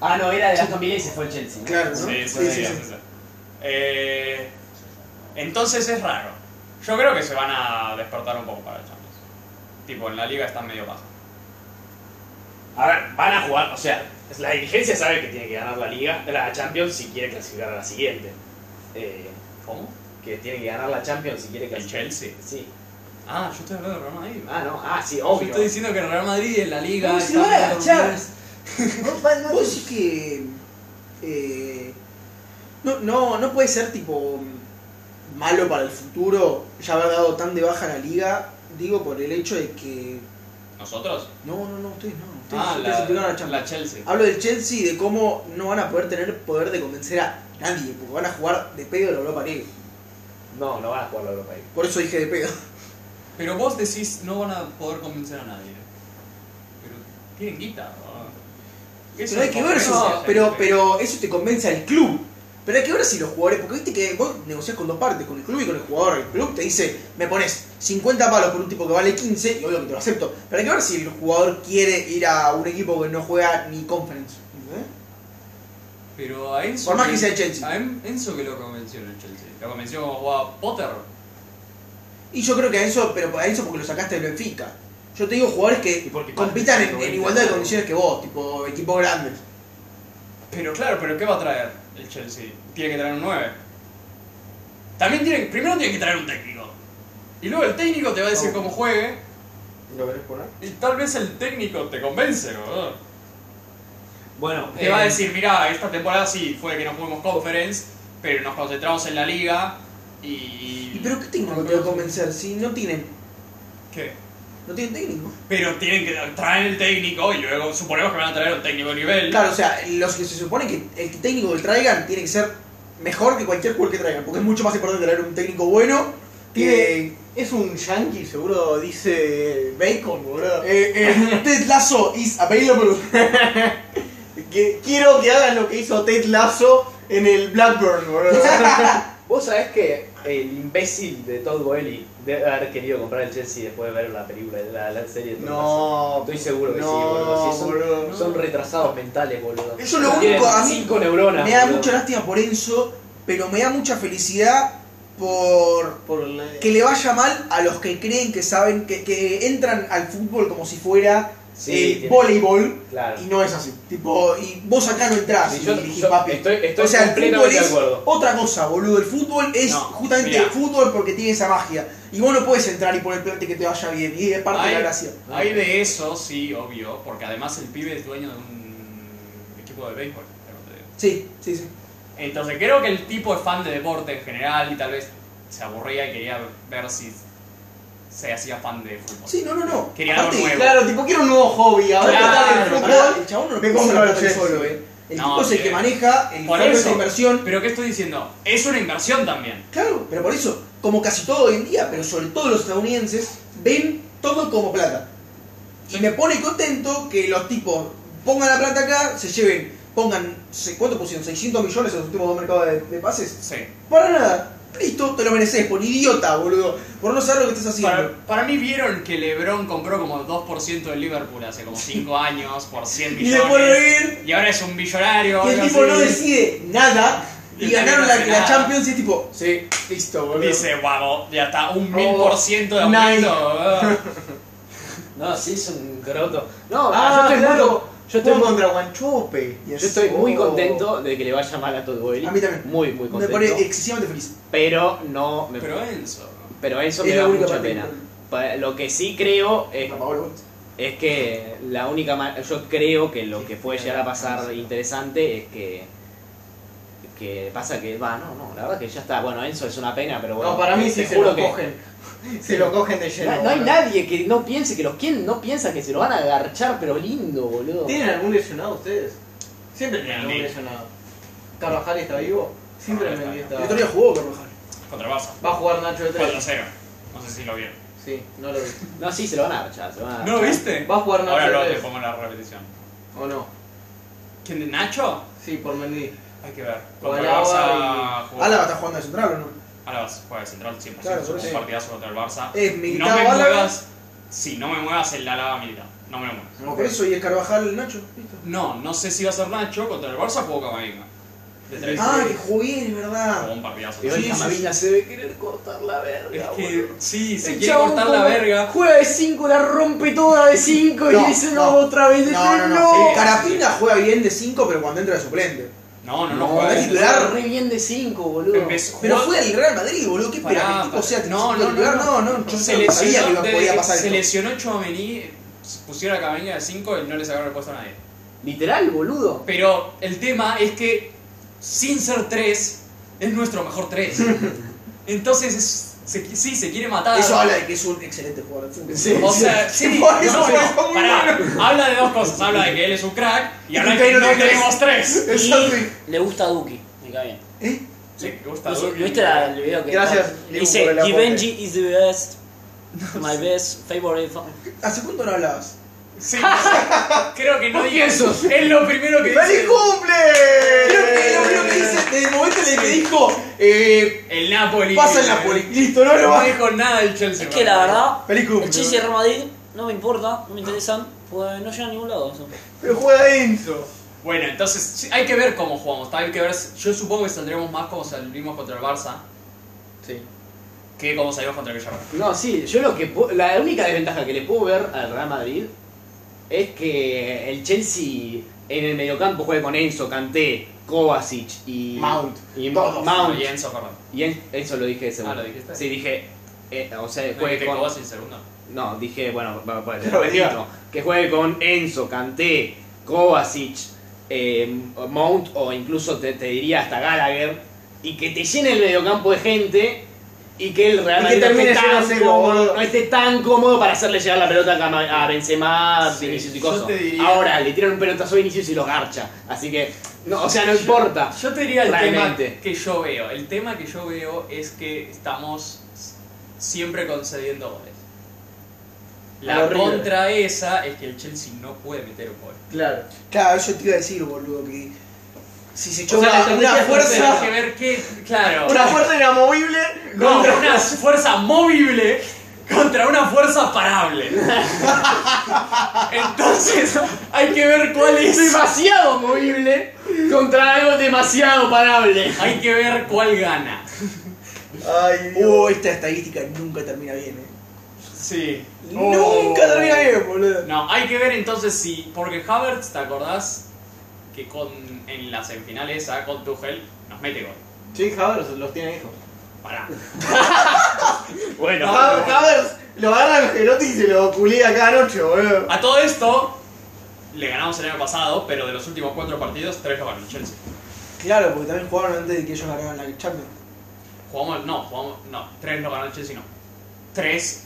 Speaker 3: Ah, no, era de Aston Villa y se fue al Chelsea. ¿no?
Speaker 2: Claro, ¿no?
Speaker 4: Sí, sí, sí, sí, sí. Eh, entonces es raro. Yo creo que se van a despertar un poco para el Champions. Tipo, en la liga están medio baja.
Speaker 7: A ver, van a jugar, o sea, la dirigencia sabe que tiene que ganar la Liga, la Champions si quiere clasificar a la siguiente. Eh,
Speaker 4: ¿Cómo?
Speaker 7: que tiene que ganar la Champions si quiere
Speaker 4: El
Speaker 7: clasificar.
Speaker 4: Chelsea.
Speaker 7: Sí.
Speaker 4: Ah, yo estoy hablando del Real Madrid.
Speaker 3: Ah, no, ah, sí,
Speaker 4: Yo
Speaker 3: obvio.
Speaker 4: estoy diciendo que el Real Madrid en la liga.
Speaker 2: No, se
Speaker 4: está
Speaker 2: van a
Speaker 4: medio
Speaker 2: agachar.
Speaker 4: dormido.
Speaker 2: Vos- va- no- Vos decís que. eh, no, no, no puede ser tipo malo para el futuro ya haber dado tan de baja la liga, digo por el hecho de que.
Speaker 4: ¿Nosotros?
Speaker 2: No, no, no, ustedes no. Ustedes,
Speaker 4: Ah,
Speaker 2: ustedes
Speaker 4: la,
Speaker 2: se pegaron a la Champions.
Speaker 4: la Chelsea.
Speaker 2: Hablo del Chelsea y de cómo no van a poder tener poder de convencer a nadie, porque van a jugar de pedo la Europa League.
Speaker 3: No, no van a jugar la Europa League.
Speaker 2: Por eso dije de pedo.
Speaker 4: Pero vos decís no van a poder convencer a nadie. Pero tienen guita. ¿no? Eso
Speaker 2: Pero hay
Speaker 4: es
Speaker 2: que ver
Speaker 4: como-
Speaker 2: eso.
Speaker 4: No,
Speaker 2: pero, pero eso te convence al club. Pero hay que ver si los jugadores, porque viste que vos negociás con dos partes, con el club y con el jugador. El club te dice, me pones 50 palos por un tipo que vale 15, y obvio que te lo acepto. Pero hay que ver si el jugador quiere ir a un equipo que no juega ni conference. ¿entendés?
Speaker 4: Pero a Enzo.
Speaker 2: Por más que sea Chelsea.
Speaker 4: A En- Enzo que lo convenció en el Chelsea. Lo convenció como jugaba Potter.
Speaker 2: Y yo creo que a eso, pero a eso porque lo sacaste del Benfica. Yo te digo jugadores
Speaker 7: Y
Speaker 2: que
Speaker 7: porque
Speaker 2: compitan en,
Speaker 7: Patrick
Speaker 2: en
Speaker 7: no
Speaker 2: igualdad de
Speaker 7: entra.
Speaker 2: condiciones que vos, tipo equipos grandes.
Speaker 4: Pero claro, pero ¿qué va a traer el Chelsea? Tiene que traer un 9. También tiene, primero tiene que traer un técnico. Y luego el técnico te va a decir cómo juegue.
Speaker 5: Oh. ¿Lo querés poner?
Speaker 4: Y tal vez el técnico te convence, boludo.
Speaker 7: Bueno,
Speaker 4: Te
Speaker 7: eh,
Speaker 4: va a decir, mirá, esta temporada sí fue que no jugamos conference, pero nos concentramos en la liga y...
Speaker 2: ¿Y pero qué técnico te va a convencer si no tienen,
Speaker 4: ¿Qué?
Speaker 2: no tienen técnico?
Speaker 4: Pero tienen que traer el técnico y luego suponemos que van a traer un técnico de nivel.
Speaker 2: Claro, o sea, los que se supone que el técnico que traigan tiene que ser mejor que cualquier jugador que traigan, porque es mucho más importante traer un técnico bueno que
Speaker 5: Eh, Es un yankee, seguro dice Bacon, boludo.
Speaker 2: eh, eh, Ted Lasso is available.
Speaker 5: Que- quiero que hagan lo que hizo Ted Lasso en el Blackburn, boludo.
Speaker 8: Vos sabés que el imbécil de Todd Boehly debe haber querido comprar el Chelsea después de ver la película, la, la serie. de Todd Lasso.
Speaker 5: No,
Speaker 8: Estoy seguro que sí,
Speaker 5: no,
Speaker 8: boludo. Sí, son-
Speaker 5: boludo.
Speaker 8: Son retrasados mentales, boludo.
Speaker 2: Eso lo
Speaker 8: Tienen
Speaker 2: único, a mí
Speaker 8: cinco neuronas.
Speaker 2: Me da
Speaker 8: boludo.
Speaker 2: mucha lástima por Enzo, pero me da mucha felicidad por
Speaker 5: Por la-
Speaker 2: que le vaya mal a los que creen que saben, que, que entran al fútbol como si fuera
Speaker 8: Sí,
Speaker 2: eh,
Speaker 8: tiene-
Speaker 2: voleibol
Speaker 8: Claro.
Speaker 2: y no es así. Tipo, y vos acá no entrás
Speaker 8: Sí,
Speaker 2: y
Speaker 8: yo-
Speaker 2: dirigís,
Speaker 8: yo
Speaker 2: papi.
Speaker 8: Estoy, estoy
Speaker 2: o sea, el fútbol
Speaker 8: completamente de
Speaker 2: es
Speaker 8: acuerdo.
Speaker 2: otra cosa, boludo. El fútbol es
Speaker 4: No,
Speaker 2: justamente
Speaker 4: mirá.
Speaker 2: el fútbol porque tiene esa magia. Y vos no puedes entrar y poner plante que te vaya bien. Y es parte de la
Speaker 4: Ay.
Speaker 2: gracia.
Speaker 4: Hay de eso, sí, obvio, porque además el pibe es dueño de un equipo de béisbol. tengo entendido.
Speaker 2: Sí, sí, sí.
Speaker 4: Entonces creo que el tipo es fan de deporte en general y tal vez se aburría y quería ver si se hacía fan de fútbol.
Speaker 2: Sí, no, no, no.
Speaker 4: Quería algo nuevo.
Speaker 5: Claro, tipo, quiero un nuevo hobby. Ahora
Speaker 4: Claro.
Speaker 5: tratar de
Speaker 2: Pará,
Speaker 5: fútbol.
Speaker 2: el chabón no
Speaker 5: Me
Speaker 2: lo puso
Speaker 5: compro
Speaker 2: la
Speaker 5: el
Speaker 2: plata él
Speaker 5: Chelsea.
Speaker 2: solo, eh. El
Speaker 4: No,
Speaker 2: tipo es el
Speaker 4: sí.
Speaker 2: que maneja, el
Speaker 4: Por
Speaker 2: fondo es
Speaker 4: eso.
Speaker 2: la inversión.
Speaker 4: Pero ¿qué estoy diciendo? Es una inversión también.
Speaker 2: Claro, pero por eso, como casi todo hoy en día, pero sobre todo los estadounidenses, ven todo como plata. Y me pone contento que los tipos pongan la plata acá, se lleven, pongan, se- ¿cuánto pusieron? 600 millones en los últimos dos mercados de, de pases.
Speaker 4: Sí.
Speaker 2: Para nada. Listo, te lo mereces, por idiota, boludo. Por no saber lo que estás haciendo.
Speaker 4: Para, para mí vieron que LeBron compró como 2% del Liverpool hace como 5 años por 100
Speaker 2: y después lo
Speaker 4: millones.
Speaker 2: ven,
Speaker 4: Y ahora es un billonario.
Speaker 2: y el
Speaker 4: algo
Speaker 2: tipo no
Speaker 4: así.
Speaker 2: decide nada. Y
Speaker 4: Y el tipo
Speaker 2: ganaron
Speaker 4: no
Speaker 2: la,
Speaker 4: hace
Speaker 2: la
Speaker 4: nada.
Speaker 2: Champions y es tipo,
Speaker 5: Sí, listo, boludo.
Speaker 4: Dice, guau, ya está, un
Speaker 5: Oh,
Speaker 4: mil por ciento de
Speaker 5: nine.
Speaker 4: aumento. Ah.
Speaker 3: No, sí, es un groto.
Speaker 5: No,
Speaker 3: Ah,
Speaker 5: yo estoy
Speaker 3: claro.
Speaker 5: muy, yo estoy muy- contra Guanchope.
Speaker 3: Yo estoy muy contento de que le vaya mal a Todd Boyle.
Speaker 2: A mí también.
Speaker 3: Muy, muy
Speaker 2: me
Speaker 3: contento.
Speaker 2: pone eh, excesivamente feliz.
Speaker 3: Pero no me. Pero,
Speaker 4: Pero
Speaker 3: eso
Speaker 4: Enzo.
Speaker 2: Es
Speaker 3: me
Speaker 2: la
Speaker 3: da
Speaker 2: única
Speaker 3: mucha
Speaker 2: parte que
Speaker 3: pena.
Speaker 2: me pone-
Speaker 3: Pa- Lo que sí creo es
Speaker 2: Por favor, boludo.
Speaker 3: Es que la única ma- yo creo que lo que puede llegar a pasar interesante es que que pasa que va, no, no, la verdad que ya está, bueno, Enzo es una pena, pero bueno,
Speaker 5: No, para mí
Speaker 3: te
Speaker 5: sí se
Speaker 3: juro
Speaker 5: lo
Speaker 3: que
Speaker 5: cogen. Se lo cogen de lleno.
Speaker 3: na- no hay
Speaker 5: boludo.
Speaker 3: nadie que no piense que los quien no piensa que se lo van a agarchar, pero lindo, boludo.
Speaker 5: ¿Tienen algún lesionado ustedes? Siempre tienen algún
Speaker 4: Sí.
Speaker 5: lesionado. ¿Carvajal está vivo? Siempre
Speaker 4: Carvajal
Speaker 5: me
Speaker 4: está
Speaker 2: El
Speaker 5: está.
Speaker 2: otro día jugó Carvajal.
Speaker 4: Contra Barça.
Speaker 5: Va a jugar Nacho de 3.
Speaker 4: 4-0. No sé si lo vieron.
Speaker 5: Sí, no lo vi.
Speaker 3: No, sí se lo van a agarchar, se lo van a
Speaker 4: ¿No lo
Speaker 3: agarchar.
Speaker 4: viste?
Speaker 5: Va a jugar
Speaker 4: Ahora
Speaker 5: Nacho
Speaker 4: luego
Speaker 5: de
Speaker 4: te
Speaker 5: 3.
Speaker 4: pongo la repetición.
Speaker 5: ¿O no?
Speaker 4: ¿Quién de Nacho?
Speaker 5: Sí, por Mendy.
Speaker 4: Hay que ver. Contra el
Speaker 5: Alaba
Speaker 4: Barça
Speaker 3: Ah.
Speaker 4: jugó.
Speaker 2: Álava está jugando de central o no?
Speaker 4: Alaba juega de central 100%.
Speaker 2: Claro,
Speaker 4: es un
Speaker 2: sí.
Speaker 4: partidazo contra el Barça.
Speaker 2: Es
Speaker 4: No
Speaker 2: Militao
Speaker 4: me
Speaker 2: Álava.
Speaker 4: muevas. Sí, no me muevas el Alaba militar. No me lo muevas.
Speaker 2: Por eso y es Carvajal Nacho. listo.
Speaker 4: No, no sé si va a ser Nacho. Contra el Barça jugó Camavinga. De tres.
Speaker 2: Ah, que jugó bien, es
Speaker 4: Jugó
Speaker 2: verdad.
Speaker 4: un partidazo.
Speaker 3: Igual
Speaker 2: Sí,
Speaker 3: Camavinga se debe querer cortar la
Speaker 4: Es
Speaker 3: verga.
Speaker 4: que sí, se
Speaker 3: El
Speaker 4: quiere
Speaker 3: chabón
Speaker 4: cortar la
Speaker 3: como-
Speaker 4: verga.
Speaker 3: Juega de 5, la rompe toda de 5
Speaker 2: No,
Speaker 3: y dice no,
Speaker 2: no.
Speaker 3: otra vez de
Speaker 2: No, no,
Speaker 3: tres,
Speaker 2: no.
Speaker 4: Sí,
Speaker 2: Carapinga juega bien de 5, pero cuando entra de suplente.
Speaker 4: No, no, no,
Speaker 3: No,
Speaker 4: juega.
Speaker 2: es
Speaker 4: de-
Speaker 2: titular.
Speaker 3: juega re bien de 5, boludo.
Speaker 4: Empezó-
Speaker 2: Pero
Speaker 4: jugó-
Speaker 2: fue al Real Madrid, boludo. ¿Qué
Speaker 4: Pará,
Speaker 2: esperaba? O sea,
Speaker 4: pará.
Speaker 2: no, no, no, no, no. Yo
Speaker 4: se
Speaker 2: no sabía que
Speaker 4: lesionó,
Speaker 2: iba- podía pasar
Speaker 4: se
Speaker 2: esto.
Speaker 4: lesionó Chouameni, pusieron a Camavinga de 5 y no le sacaron el puesto a nadie.
Speaker 3: Literal, boludo.
Speaker 4: Pero el tema es que sin ser 3 es nuestro mejor 3. Entonces es- se- sí, se quiere matar.
Speaker 2: Eso habla de que es un excelente jugador de fútbol.
Speaker 3: Sí.
Speaker 4: o sea, sí,
Speaker 2: Por eso
Speaker 4: no,
Speaker 2: me
Speaker 4: pero,
Speaker 2: dejó muy
Speaker 4: pará, habla de dos cosas, habla de que él es un crack y
Speaker 2: Y
Speaker 4: habla de
Speaker 2: que
Speaker 4: que
Speaker 2: no
Speaker 4: no
Speaker 2: tenés-
Speaker 4: tenemos tres.
Speaker 2: Exacto.
Speaker 6: Le gusta Duki, me cae bien.
Speaker 2: ¿Eh?
Speaker 4: Sí, me gusta
Speaker 6: No sé,
Speaker 4: Duki.
Speaker 6: Pues, ¿Viste la- el video que
Speaker 5: Gracias,
Speaker 6: Le
Speaker 5: Dibu,
Speaker 6: dice,
Speaker 5: por el aporte.
Speaker 6: Givenchy is the best, my best, favorite. fa-".
Speaker 2: ¿Hace cuánto no hablabas?
Speaker 4: Sí, creo que no diga eso. Es lo primero que
Speaker 5: ¡Feliz
Speaker 4: dice.
Speaker 5: cumple!
Speaker 2: Creo que lo primero que dice, desde el momento en el que dijo, eh,
Speaker 4: El Napoli.
Speaker 2: pasa el Napoli. Listo, no lo
Speaker 4: No
Speaker 2: va.
Speaker 4: dijo nada el Chelsea.
Speaker 6: Es que la verdad,
Speaker 2: Feliz
Speaker 6: el
Speaker 2: cumple.
Speaker 6: Chelsea y Real Madrid no me importa, no me interesan, pues no llega a ningún lado eso.
Speaker 5: Pero juega Enzo.
Speaker 4: Bueno, entonces sí, hay que ver cómo jugamos. ¿tá? Hay que ver, si- yo supongo que saldremos más como salimos contra el Barça
Speaker 3: Sí.
Speaker 4: que como salimos contra el Villarreal.
Speaker 3: No, sí, yo lo que. pu- La única desventaja que le puedo ver al Real Madrid es que el Chelsea en el mediocampo juegue con Enzo, Kanté, Kovacic y.
Speaker 2: Mount.
Speaker 3: Y
Speaker 2: Todos.
Speaker 3: Mount.
Speaker 4: Y Enzo, perdón.
Speaker 3: Y en- Enzo lo dije de segundo.
Speaker 4: Ah, ¿lo dijiste?
Speaker 3: Sí, dije. eh, o sea,
Speaker 4: No,
Speaker 3: juegue
Speaker 4: que
Speaker 3: con.
Speaker 4: Kovacic en segundo.
Speaker 3: No, dije, bueno, va- va-
Speaker 5: Pero venía.
Speaker 3: repito, que juegue con Enzo, Kanté, Kovacic, eh, Mount o incluso te, te diría hasta Gallagher y que te llene el mediocampo de gente y que el Real Madrid
Speaker 5: Y que
Speaker 3: no,
Speaker 5: termine
Speaker 3: esté tan
Speaker 5: 0-0, boludo.
Speaker 3: cómodo, no esté tan cómodo para hacerle llegar la pelota a Cama- a Benzema,
Speaker 4: Sí,
Speaker 3: Vinicius y
Speaker 4: yo
Speaker 3: Coso.
Speaker 4: te diría-
Speaker 3: Ahora le tiran un pelotazo a Vinicius y lo garcha, así que no, o sea, no importa.
Speaker 4: Yo te diría el
Speaker 3: Realmente.
Speaker 4: tema que yo veo. El tema que yo veo es que estamos siempre concediendo goles.
Speaker 5: A
Speaker 4: La
Speaker 5: los River.
Speaker 4: contra esa es que el Chelsea no puede meter un gol.
Speaker 5: Claro.
Speaker 2: Claro, eso te iba a decir, boludo, que si se
Speaker 4: O sea,
Speaker 2: choca
Speaker 4: la estrategia
Speaker 2: una
Speaker 4: es
Speaker 2: fuerza.
Speaker 4: Hay que ver qué. Claro.
Speaker 5: Una fuerza inamovible
Speaker 4: No,
Speaker 5: contra-
Speaker 4: una fuerza movible contra una fuerza parable. Entonces, hay que ver cuál es.
Speaker 3: Demasiado movible contra algo demasiado parable.
Speaker 4: Hay que ver cuál gana.
Speaker 2: Ay, uh, esta estadística nunca termina bien, eh.
Speaker 4: Sí.
Speaker 2: Oh. Nunca termina bien, boludo.
Speaker 4: No, hay que ver entonces si. Porque Havertz, ¿te acordás? Que con, en las semifinales a con Tuchel nos mete gol.
Speaker 5: Sí, Havers los tiene hijos.
Speaker 4: Pará.
Speaker 7: Bueno,
Speaker 5: Hav- Havers lo agarra Angelotti y se lo culé acá anoche, boludo.
Speaker 4: A todo esto, le ganamos el año pasado, pero de los últimos cuatro partidos, tres lo ganó el Chelsea.
Speaker 2: Claro, porque también jugaron antes de que ellos ganaran la Champions.
Speaker 4: Jugamos, no, jugamos, no, tres lo ganó el Chelsea, no. Tres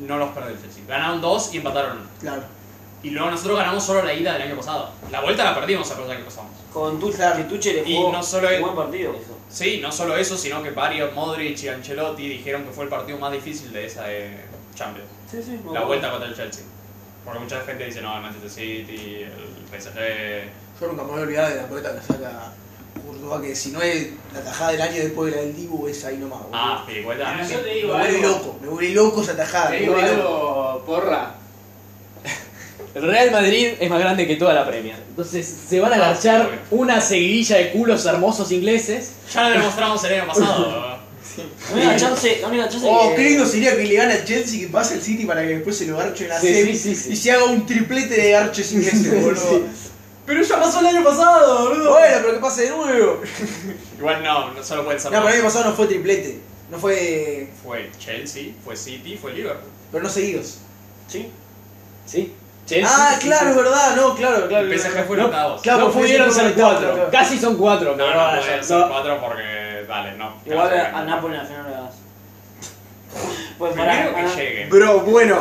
Speaker 4: no los perdió el Chelsea. Ganaron dos y empataron uno.
Speaker 2: Claro.
Speaker 4: Y luego nosotros ganamos solo la ida del año pasado. La vuelta la perdimos a pesar que pasamos.
Speaker 6: Con Tuche,
Speaker 2: Claro.
Speaker 6: que Tuche le
Speaker 4: Y
Speaker 6: jugó
Speaker 4: no solo es-
Speaker 6: un buen partido. Eso.
Speaker 4: Sí, no solo eso, sino que varios, Modric y Ancelotti dijeron que fue el partido más difícil de esa eh, Champions.
Speaker 6: Sí, sí, me
Speaker 4: La
Speaker 6: acuerdo.
Speaker 4: vuelta contra el Chelsea. Porque mucha gente dice, no, el Manchester City, el PSG...
Speaker 2: Yo nunca me voy a olvidar de la pelota que saca Courtois, que si no es la tajada del año después de la del Dibu, es ahí nomás, boludo.
Speaker 4: Ah, Piricueta.
Speaker 3: Yo te
Speaker 2: me
Speaker 3: digo
Speaker 2: vuelve
Speaker 3: algo.
Speaker 2: loco, me vuelve loco esa tajada.
Speaker 3: Te
Speaker 2: me
Speaker 3: digo
Speaker 2: vuelve loco.
Speaker 3: algo, porra. El Real Madrid es más grande que toda la Premier. Entonces se van a garchar una seguidilla de culos hermosos ingleses.
Speaker 4: Ya lo demostramos el año pasado.
Speaker 6: La única chance, la única chance
Speaker 2: Oh,
Speaker 6: que-
Speaker 2: qué lindo sería que le gane al Chelsea que pase el City para que después se lo garche en la
Speaker 3: Sí,
Speaker 2: semi
Speaker 3: sí, sí, sí.
Speaker 2: y se haga un triplete de garches ingleses, boludo.
Speaker 4: Pero ya pasó el año pasado,
Speaker 2: Bueno, pero que pase de nuevo.
Speaker 4: Igual no, no solo pueden ser
Speaker 2: No, pero
Speaker 4: más.
Speaker 2: el año pasado no fue triplete. No fue.
Speaker 4: Fue Chelsea, fue City, fue Liverpool.
Speaker 2: Pero no seguidos.
Speaker 6: Sí.
Speaker 3: Sí. Chelsea,
Speaker 2: Ah,
Speaker 3: sí,
Speaker 2: claro, es
Speaker 3: sí.
Speaker 2: verdad, no, claro, claro.
Speaker 4: el PSG fue
Speaker 3: No,
Speaker 4: octavos.
Speaker 2: claro,
Speaker 3: no
Speaker 2: porque
Speaker 3: pudieron
Speaker 2: sí,
Speaker 3: ser
Speaker 2: claro,
Speaker 3: cuatro.
Speaker 2: claro.
Speaker 3: Casi son cuatro.
Speaker 4: No,
Speaker 3: pero
Speaker 4: no,
Speaker 3: vaya,
Speaker 4: pueden
Speaker 3: no.
Speaker 4: ser cuatro porque... Dale, no.
Speaker 6: Igual
Speaker 4: Claro,
Speaker 6: a, a
Speaker 4: no.
Speaker 6: Napoli al final le das. Pues para,
Speaker 4: Primero que lleguen.
Speaker 5: Bro,
Speaker 6: Ah,
Speaker 5: bueno.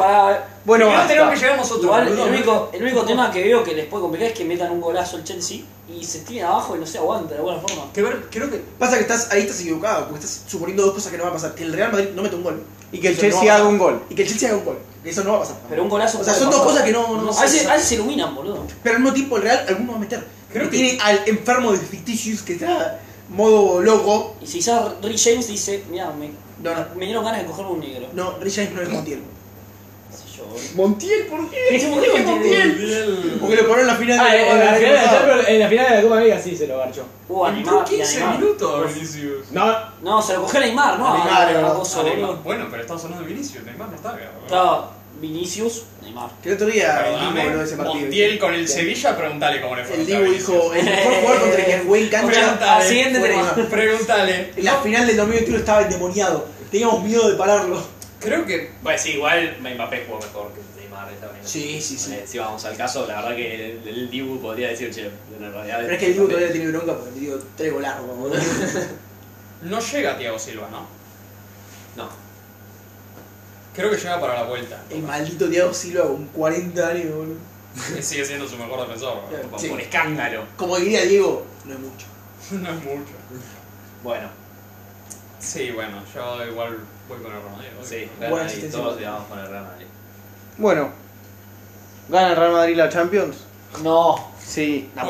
Speaker 5: Bueno,
Speaker 4: Primero
Speaker 5: basta.
Speaker 4: tenemos que llegar nosotros.
Speaker 6: Igual el
Speaker 4: boludo.
Speaker 6: único, el único tema que veo que les puede complicar es que metan un golazo al Chelsea y se tiren abajo y no se aguanta de alguna forma.
Speaker 4: Que ver, creo que
Speaker 2: Pasa que estás, ahí estás equivocado, porque estás suponiendo dos cosas que no van a pasar. Que el Real Madrid no meta un gol.
Speaker 5: Y que el
Speaker 2: Eso
Speaker 5: Chelsea
Speaker 2: no va a
Speaker 5: haga
Speaker 2: pasar.
Speaker 5: un gol.
Speaker 2: Y que el Chelsea haga un gol. Que eso no va a pasar.
Speaker 6: Pero un golazo.
Speaker 2: o sea,
Speaker 6: puede
Speaker 2: son dos
Speaker 6: pasar.
Speaker 2: cosas que no. no-
Speaker 6: A veces, a veces se iluminan, boludo.
Speaker 2: Pero al mismo tiempo el Real alguno va a meter.
Speaker 4: Creo
Speaker 2: Creo
Speaker 4: que-
Speaker 2: que tiene al enfermo de Fictitious que está modo loco.
Speaker 6: Y si ya Rick James dice, mira, me,
Speaker 2: No, no.
Speaker 6: me dieron ganas de cogerme un negro.
Speaker 2: No, Ray James no es Montiel.
Speaker 6: No sé yo, boludo.
Speaker 3: Montiel, ¿por qué?
Speaker 6: ¿Por qué Montiel?
Speaker 2: Porque lo paró en la final
Speaker 3: Ah,
Speaker 2: de
Speaker 3: en la, final de la
Speaker 2: pasado.
Speaker 3: Champions- en la final de la Copa América sí se lo garchó.
Speaker 6: Uh,
Speaker 4: entró
Speaker 6: animar.
Speaker 4: 15 minutos, Vinicius.
Speaker 3: No,
Speaker 6: No, se lo cogió Neymar, ¿no?
Speaker 2: Neymar,
Speaker 6: Ah,
Speaker 2: ¿no?
Speaker 6: cosa,
Speaker 4: Ah, Neymar.
Speaker 6: boludo.
Speaker 4: Bueno, pero estamos hablando de Vinicius, Neymar no está acá. boludo.
Speaker 6: Estaba Vinicius, Neymar.
Speaker 2: Que el otro día el Dibu
Speaker 4: Perdóname,
Speaker 2: habló de ese partido.
Speaker 4: Montiel con el Sevilla, preguntale cómo le fue.
Speaker 2: El
Speaker 4: a
Speaker 2: Dibu
Speaker 4: Vinicius.
Speaker 2: dijo, el mejor jugador contra quien jugué en cancha.
Speaker 4: Preguntale.
Speaker 6: Siguiente
Speaker 2: Fuera.
Speaker 6: tema.
Speaker 4: Preguntale.
Speaker 2: En la final del 2021 estaba endemoniado. Teníamos miedo de pararlo.
Speaker 4: Creo que
Speaker 7: Pues sí, igual Mbappé jugó mejor que Neymar esta vez.
Speaker 2: Sí, sí, sí.
Speaker 7: Eh, Si vamos al caso, la verdad que el, el Dibu podría decir, che, en realidad...
Speaker 2: Pero es que el Dibu todavía tiene bronca porque dio tres golazos, boludo.
Speaker 4: no llega Thiago Silva, ¿no?
Speaker 7: No.
Speaker 4: Creo que llega para la vuelta.
Speaker 2: El maldito Thiago Silva con 40 años, boludo.
Speaker 4: Que Sigue siendo su mejor defensor. boludo.
Speaker 7: Por,
Speaker 2: Sí.
Speaker 7: por escándalo.
Speaker 2: Como diría Diego, no es mucho.
Speaker 4: No es mucho.
Speaker 7: Bueno,
Speaker 4: Sí, bueno, yo igual voy con el Real Madrid, obvio.
Speaker 7: sí,
Speaker 2: Buena
Speaker 7: Real Madrid,
Speaker 2: asistencia.
Speaker 7: todos le vamos con el Real Madrid.
Speaker 5: Bueno. ¿Gana el Real Madrid la Champions?
Speaker 6: No.
Speaker 5: Sí.
Speaker 6: La